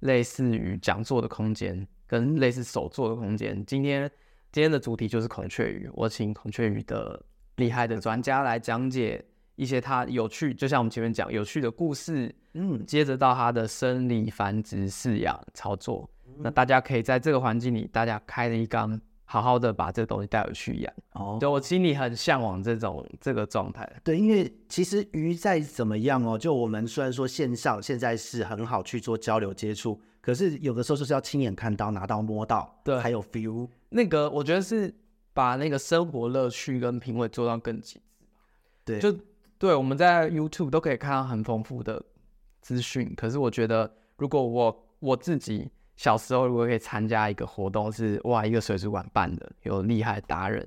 类似于讲座的空间，跟类似手作的空间。今天今天的主题就是孔雀鱼，我请孔雀鱼的厉害的专家来讲解一些它有趣，就像我们前面讲有趣的故事，
嗯，
接着到它的生理、繁殖、饲养、操作。那大家可以在这个环境里，大家开了一缸，好好的把这东西带回去养。
哦，
对我心里很向往这种这个状态。
对，因为其实鱼再怎么样哦，就我们虽然说线上现在是很好去做交流接触，可是有的时候就是要亲眼看到、拿到、摸到，
对
还有 feel，
那个我觉得是把那个生活乐趣跟品味做到更极
对，
就对，我们在 YouTube 都可以看到很丰富的资讯。可是我觉得，如果我我自己小时候如果可以参加一个活动是，哇，一个水族馆办的，有厉害达人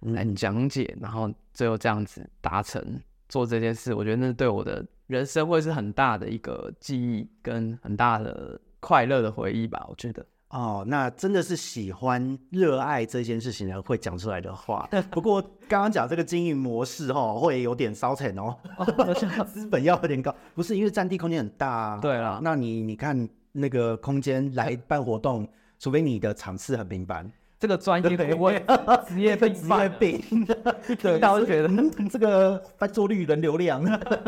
嗯哎
来讲解，然后最后这样子达成做这件事，我觉得那对我的人生会是很大的一个记忆跟很大的快乐的回忆吧。我觉得，
哦，那真的是喜欢、热爱这件事情的人会讲出来的 话。不过刚刚讲这个经营模式哦，会有点烧钱哦， 资本要有点高。不是因为占地空间很大、啊，
对啦，
那你你看那个空间来办活动，除非你的场次很频繁，
这个专业
对
我也职业病
职业
犯了，
病，
听到就觉得
嗯 这个翻桌率、人流量、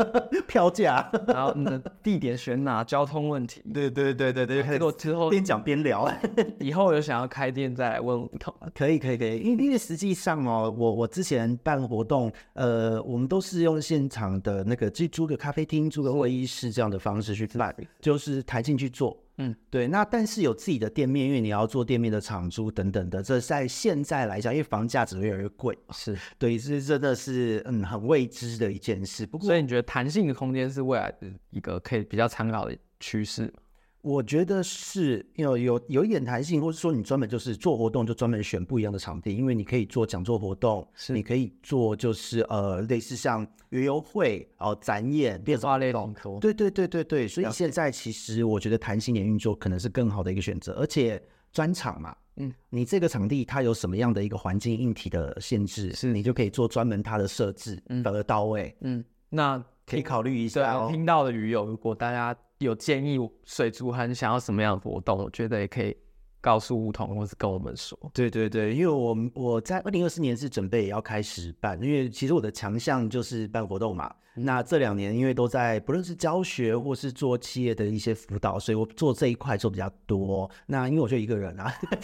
票价，
然后你的地点选哪，交通问题，
对对对对对，
这个之后
边讲边聊。啊
以后有想要开店再来问梧桐。
可以，可以，可以，因为因为实际上哦，我我之前办活动，呃，我们都是用现场的那个，去租个咖啡厅、租个会议室这样的方式去办，就是弹性去做。
嗯，
对。那但是有自己的店面，因为你要做店面的场租等等的，这在现在来讲，因为房价只会越来越贵，
是，
对，这真的是嗯很未知的一件事。不过
所以你觉得弹性的空间是未来的一个可以比较参考的趋势？
我觉得是有有有一点弹性，或者说你专门就是做活动就专门选不一样的场地，因为你可以做讲座活动，
是
你可以做就是呃类似像约游会，然、后展演变
花类很多，
对对对对对，所以现在其实我觉得弹性点运作可能是更好的一个选择，而且专场嘛，
嗯，
你这个场地它有什么样的一个环境硬体的限制，
是
你就可以做专门它的设置，
嗯
反而到位，
嗯，那
可以考虑一
对
下
啊，
哦。
听到的鱼友，如果大家有建议水族很想要什么样的活动，我觉得也可以告诉梧桐，或是跟我们说。
对对对，因为我们我在二零二四年是准备也要开始办，因为其实我的强项就是办活动嘛。那这两年因为都在不论是教学或是做企业的一些辅导，所以我做这一块做比较多。那因为我就一个人啊，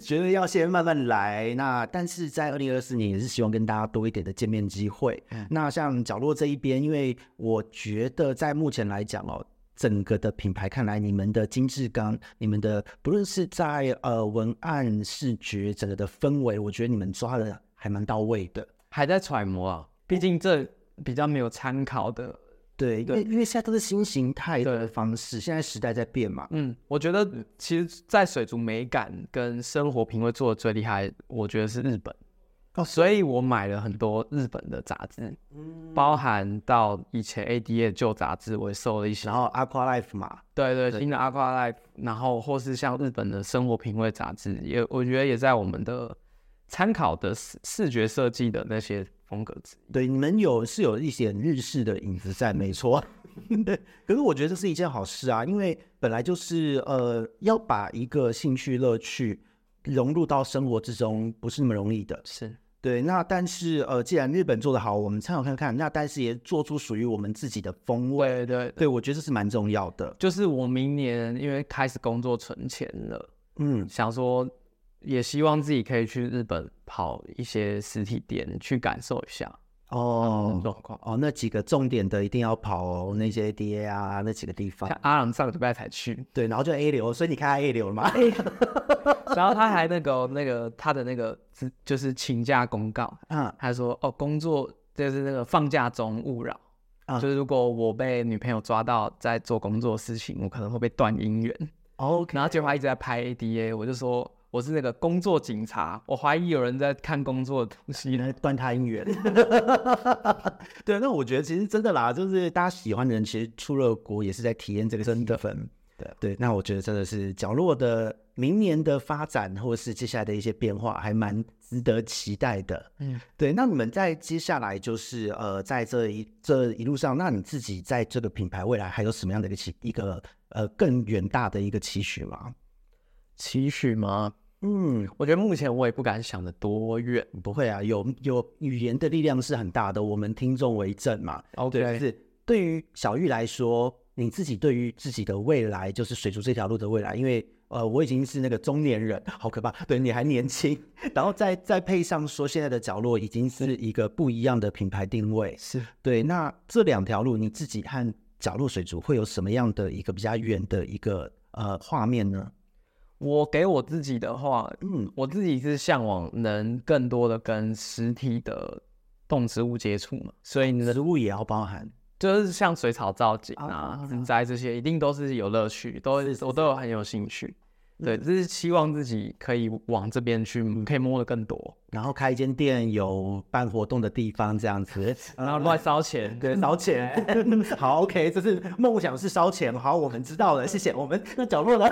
觉得要先慢慢来。那但是在二零二四年也是希望跟大家多一点的见面机会。那像角落这一边，因为我觉得在目前来讲哦，整个的品牌看来，你们的精致感，你们的不论是在呃文案、视觉，整个的氛围，我觉得你们抓的还蛮到位的。
还在揣摩啊，毕竟这比较没有参考的。
对，因为因为现在都是新形态的方式，现在时代在变嘛。
嗯，我觉得其实，在水族美感跟生活品味做的最厉害，我觉得是日本。
哦
所以我买了很多日本的杂志，
嗯
包含到以前 ADA 旧杂志，我也收了一些
然。后 Aqua Life 嘛，
对对，新的 Aqua Life，然后或是像日本的生活品味杂志，也我觉得也在我们的参考的视视觉设计的那些风格之一。
对，你们有是有一些日式的影子在，没错。 对，可是我觉得这是一件好事啊，因为本来就是呃，要把一个兴趣乐趣融入到生活之中，不是那么容易的。
是，
对，那但是呃，既然日本做得好，我们参考看看。那但是也做出属于我们自己的风味，
对对，
对我觉得这是蛮重要的。
就是我明年因为开始工作存钱了，
嗯，
想说也希望自己可以去日本跑一些实体店去感受一下
哦
状况。
哦，那几个重点的一定要跑哦，那些 DA 啊，那几个地方
像。阿郎上个礼拜才去，
对，然后就 A 流，所以你看 A 流了吗？
然后他还那个哦那个他的那个资就是请假公告，
嗯，
他说哦，工作就是那个放假中勿扰。
啊
就是如果我被女朋友抓到在做工作的事情，我可能会被断姻缘。
哦，
然后结果他一直在拍 ADA，我就说我是那个工作警察，我怀疑有人在看工作的东西。
来断他姻缘。 对，那我觉得其实真的啦，就是大家喜欢的人，其实出了国也是在体验这个真的氛。
对
对，那我觉得真的是角落的明年的发展，或是接下来的一些变化，还蛮值得期待的。
嗯，
对。那你们在接下来就是呃，在这一这一路上，那你自己在这个品牌未来还有什么样的一个期一个呃更远大的一个期许吗？
期许吗？
嗯，
我觉得目前我也不敢想的多远。
不会啊，有有语言的力量是很大的，我们听众为证嘛。对，
OK，
是对于小玉来说，你自己对于自己的未来，就是水族这条路的未来，因为呃，我已经是那个中年人，好可怕，对你还年轻， 然后再再配上说现在的角落已经是一个不一样的品牌定位，
是
对，那这两条路你自己和角落水族会有什么样的一个比较远的一个呃画面呢？
我给我自己的话，
嗯
我自己是向往能更多的跟实体的动植物接触嘛，所以你的
植物也要包含，
就是像水草造景
啊
啊、植栽这些，一定都是有乐趣，都
是是嗯
我都有很有兴趣。对，就是希望自己可以往这边去，可以摸的更多，
然后开一间店，有办活动的地方这样 子，嗯
然后乱烧钱。
对，烧钱。 好，OK，这是梦想是烧钱。好，我们知道了，谢谢。我们那角落呢？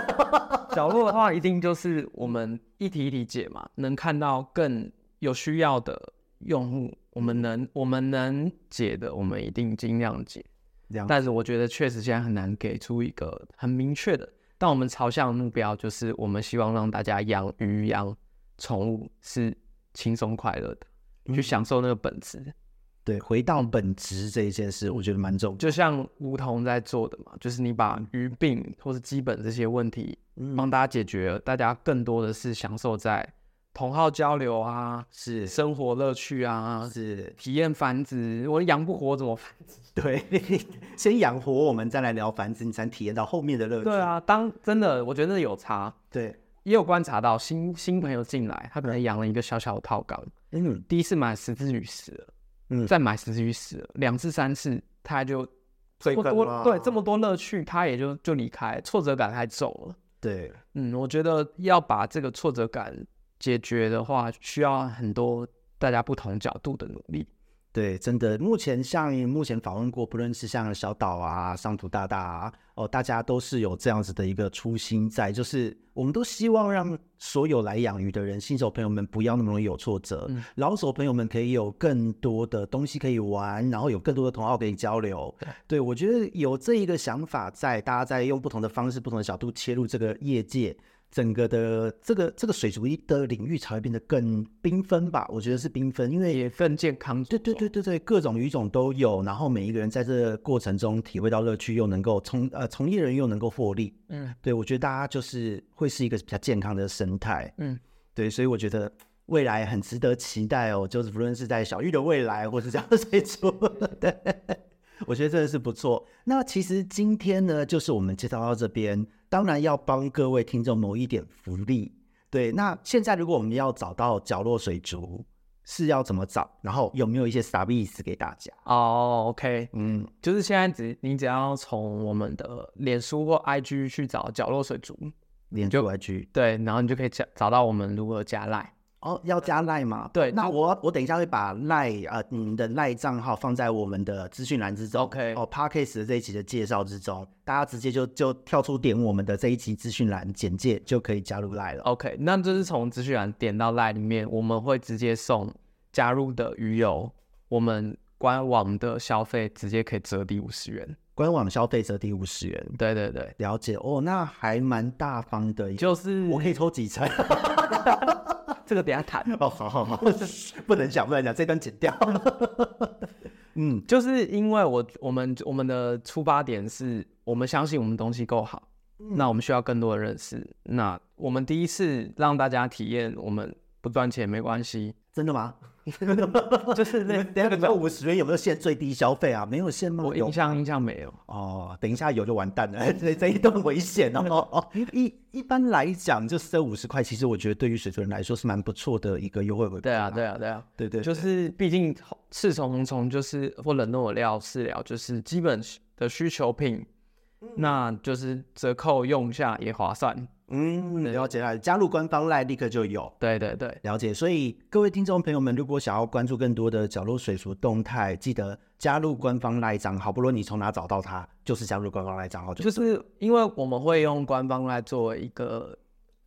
角落的话，一定就是我们一题一题解嘛，能看到更有需要的用户，我们能我们能解的，我们一定尽量解。
这样
但是我觉得确实现在很难给出一个很明确的。但我们朝向的目标就是，我们希望让大家养鱼、养宠物是轻松快乐的，去享受那个本质。
对，回到本职这一件事，我觉得蛮重要。
就像梧桐在做的嘛，就是你把鱼病或是基本这些问题
嗯
帮大家解决了，大家更多的是享受在同好交流啊、
是
生活乐趣啊、
是，
体验繁殖。我养不活怎么繁殖？
对， 先养活我们，再来聊繁殖，你才能体验到后面的乐趣。
对，啊，当真的，我觉得有差。
对，
也有观察到新新朋友进来，他可能养了一个小小的套缸，
嗯，
第一次买十只鱼死了，
嗯
再买十只鱼死了，两次三次他就
最
这么多对这
么
么多乐趣，他也就就离开，挫折感太重了。
对，
嗯，我觉得要把这个挫折感解决的话，需要很多大家不同角度的努力。
对，真的，目前像目前访问过，不论是像小岛啊、上图大大啊，哦，大家都是有这样子的一个初心在，就是我们都希望让所有来养鱼的人，新手朋友们不要那么容易有挫折，
嗯
老手朋友们可以有更多的东西可以玩，然后有更多的同好可以交流。对，我觉得有这一个想法在，大家在用不同的方式、不同的角度切入这个业界，整个的这个这个水族的领域才会变得更缤纷吧。我觉得是缤纷，因为
也更健康。
对对，对对对，各种语种都有，然后每一个人在这个过程中体会到乐趣，又能够从呃从业人又能够获利。
嗯
对我觉得大家就是会是一个比较健康的生态。
嗯，
对，所以我觉得未来很值得期待哦，就是不论是在小玉的未来，或是这样水族，对，我觉得真的是不错。那其实今天呢，就是我们介绍到这边，当然要帮各位听众谋一点福利。对，那现在如果我们要找到角落水族，是要怎么找？然后有没有一些 s 意思给大家？
哦，OK，
嗯，
就是现在只你只要从我们的脸书或 IG 去找角落水族，
连住 IG
对，然后你就可以找找到我们如何加赖。
哦，要加赖吗？
呃对
那
就
我我等一下会把赖呃你们的赖账号放在我们的资讯栏之中
OK
哦 p a r k a s 这一期的介绍之中，大家直接就就跳出点我们的这一期资讯栏简介就可以加入赖了。
OK，那就是从资讯栏点到赖里面，我们会直接送加入的鱼友，我们官网的消费直接可以折抵五十元。
官网消费折抵五十元，
对对对，
了解哦，那还蛮大方的，
就是
我可以抽几成？
这个等一下谈。
哦，好好好， 不能讲不能讲，这段剪掉。 嗯，
就是因为我我们我们的出发点是我们相信我们东西够好，那我们需要更多的认识。那我们第一次让大家体验，我们不赚钱没关系，
真的吗？ 就是那那个五十元有没有限最低消费啊？没有限吗？
我
有
印象印象没有。
哦，等一下有就完蛋了， 这这一段危险哦。哦 哦，一一般来讲，就是这五十块，其实我觉得对于水族人来说是蛮不错的一个优惠回馈。
对啊，对啊，对啊，
对对，
就
对
是毕竟赤虫红虫就是或冷冻饵料饲料，就是基本的需求品，那就是折扣用一下也划算。
嗯，了解了，加入官方赖立刻就有。
对对对，
了解，所以各位听众朋友们，如果想要关注更多的角落水族动态，记得加入官方赖账号。不论你从哪找到它，就是加入官方赖账号就。
就是因为我们会用官方来作为一个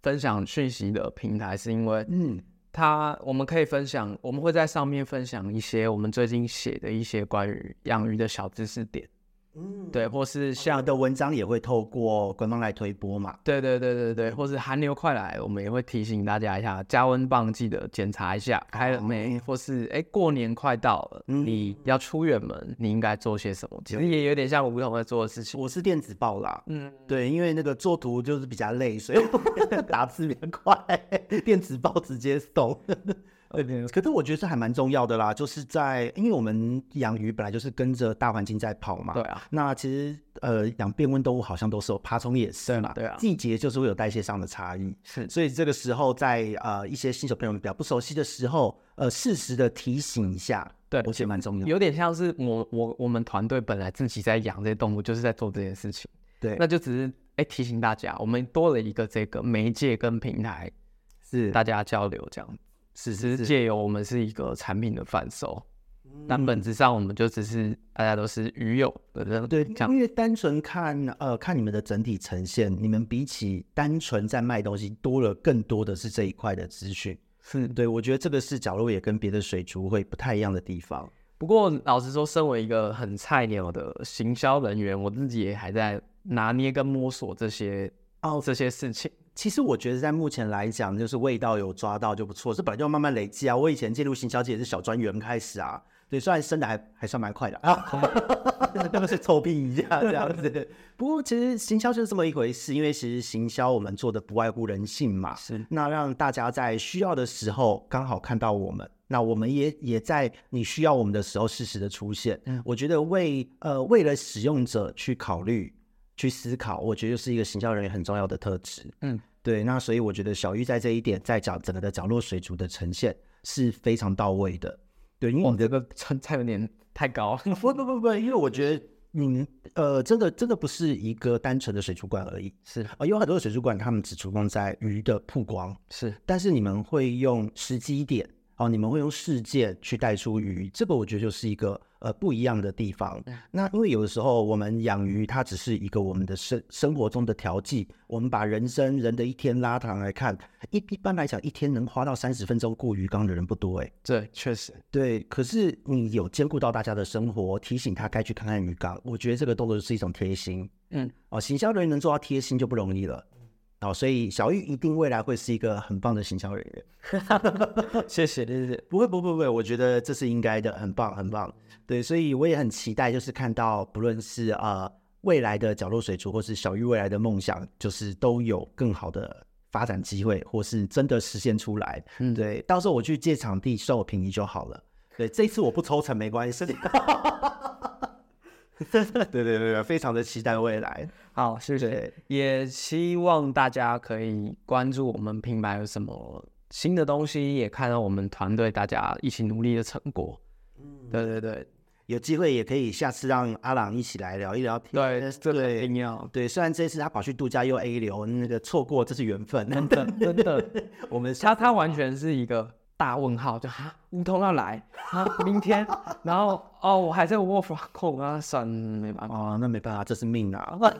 分享讯息的平台，是因为
嗯，
它我们可以分享，我们会在上面分享一些我们最近写的一些关于养鱼的小知识点，嗯，对，或是
这样
像
的文章也会透过官方来推播嘛。
对对对对对，或是寒流快来，我们也会提醒大家一下，加温棒记得检查一下开了没，或是哎过年快到了，
哦嗯
你要出远门，你应该做些什么？其实也有点像吴桐在做的事情，
我是电子报啦，
嗯，
对，因为那个做图 就是比较累，所以我打字比较快，电子报直接送。
二点
可是我觉得这还蛮重要的啦，就是在因为我们养鱼本来就是跟着大环境在跑嘛。
对啊，
那其实呃，养变温动物好像都是有，爬虫也是嘛。
对啊
季节就是会有代谢上的差异，
是
所以这个时候在呃一些新手朋友们比较不熟悉的时候，呃，适时的提醒一下，
对
我觉得蛮重要的。
有点像是我我我们团队本来自己在养这些动物，就是在做这件事情。
对，
那就只是哎、提醒大家，我们多了一个这个媒介跟平台，
是
大家交流这样。
是
只是
是
嗯
是，
借由我们是一个产品的贩售，但本质上我们就只是大家都是鱼友的人，
对，
这 样
因为单纯看呃看你们的整体呈现，你们比起单纯在卖东西，多了更多的是这一块的资讯。
是
对，我觉得这个是角落也跟别的水族会不太一样的地方。
不过老实说，身为一个很菜鸟的行销人员，我自己也还在拿捏跟摸索这些
哦
这些事情。
其实我觉得在目前来讲，就是味道有抓到就不错，这本来就要慢慢累积啊。我以前进入行销界也是小专员开始啊，对，虽然升的还还算蛮快的啊， 那个是臭屁一下这样子。不过其实行销就是这么一回事，因为其实行销我们做的不外乎人性嘛，
是
那让大家在需要的时候刚好看到我们，那我们也也在你需要我们的时候适时的出现。
嗯
我觉得为呃为了使用者去考虑、去思考，我觉得是一个行销人员很重要的特质。
嗯，
对。那所以我觉得小玉在这一点，在角整个的角落水族的呈现是非常到位的。对，因为
哇，
你的
这个成差有点太高了。
不不不不，因为我觉得你呃真的真的不是一个单纯的水族馆而已。
是
呃，有很多的水族馆，他们只注重在鱼的曝光，
是，
但是你们会用时机点，哦，你们会用事件去带出鱼，这个我觉得就是一个呃不一样的地方。那因为有的时候我们养鱼，它只是一个我们的生生活中的调剂，我们把人生人的一天拉长来看，一一般来讲，一天能花到三十分钟顾鱼缸的人不多诶、
对，确实
对，可是你有兼顾到大家的生活，提醒他该去看看鱼缸，我觉得这个动作是一种贴心。
嗯，
哦，行销人员能做到贴心就不容易了。哦，所以小玉一定未来会是一个很棒的行销人员。
谢谢谢谢。
不会，不会，不会，我觉得这是应该的，很棒，很棒。对，所以我也很期待，就是看到不论是呃未来的角落水族，或是小玉未来的梦想，就是都有更好的发展机会，或是真的实现出来。
嗯
对，到时候我去借场地算我便宜就好了。对，这一次我不抽成没关系。 对对对对，非常的期待未来。
好，谢谢
对。
也希望大家可以关注我们品牌有什么新的东西，也看到我们团队大家一起努力的成果。嗯，对对对
有机会也可以下次让阿朗一起来聊一聊天。
对，这个一
对
定要
对，虽然这次他跑去度假又 A 流，那个错过这是缘分。
真的真的，
我们下
他他完全是一个大问号，就哈，吴桐要来啊，明天，然后哦，我还在 work from home 啊，算没办法。
哦，那没办法，这是命啊
哎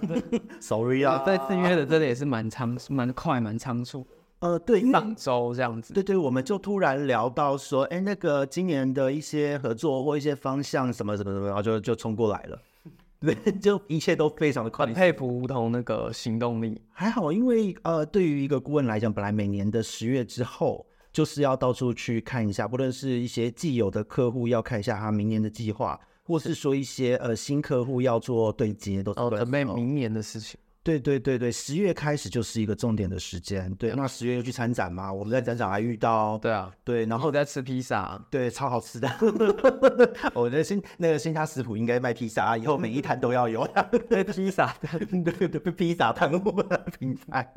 ，sorry 啊。
这次约的真的也是蛮仓蛮快蛮仓促，
呃，对，因为
上周这样子。
对对，我们就突然聊到说，哎，那个今年的一些合作或一些方向什么什么什么，然后就就冲过来了。对，就一切都非常的快
很。佩服吴桐那个行动力，
还好，因为呃，对于一个顾问来讲，本来每年的十月之后，就是要到处去看一下，不论是一些既有的客户要看一下他明年的计划，或是说一些呃新客户要做对接，都是
哦，
对的
准备明年的事情。
对对对对，十月开始就是一个重点的时间。对，那十月又去参展嘛，我们在展场还遇到，
对啊，
对，然
然后
后
在吃披萨，
对超好吃的， 我的新那个新家食谱应该卖披萨啊，以后每一摊都要有。
对披萨，
对对，披萨耽误我的品牌。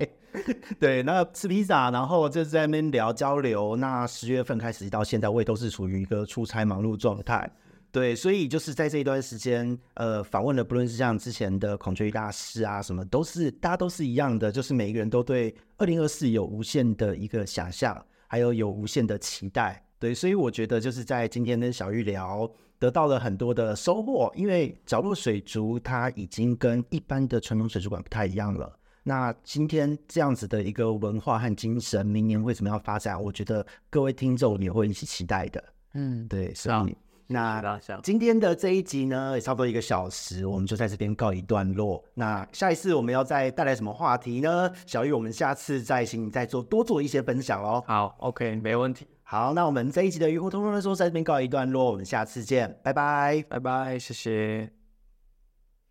对，那吃披萨，然后就是在那边聊交流。那十月份开始到现在，我也都是处于一个出差忙碌状态。对，所以就是在这一段时间，呃，访问的不论是像之前的孔雀鱼大师啊，什么都是大家都是一样的，就是每一个人都对二零二四有无限的一个想象，还有有无限的期待。对，所以我觉得就是在今天跟小玉聊，得到了很多的收获，因为角落水族它已经跟一般的传统水族馆不太一样了。那今天这样子的一个文化和精神，明年为什么要发展？我觉得各位听众也会一起期待的。
嗯，
对，是
啊
那
大象，
今天的这一集呢，也差不多一个小时，我们就在这边告一段落。那下一次我们要再带来什么话题呢？小玉，我们下次再请你再做多做一些分享哦。
好，OK，没问题，
好，那我们这一集的鱼活通通的说在这边告一段落，我们下次见，拜拜。
拜拜，谢谢。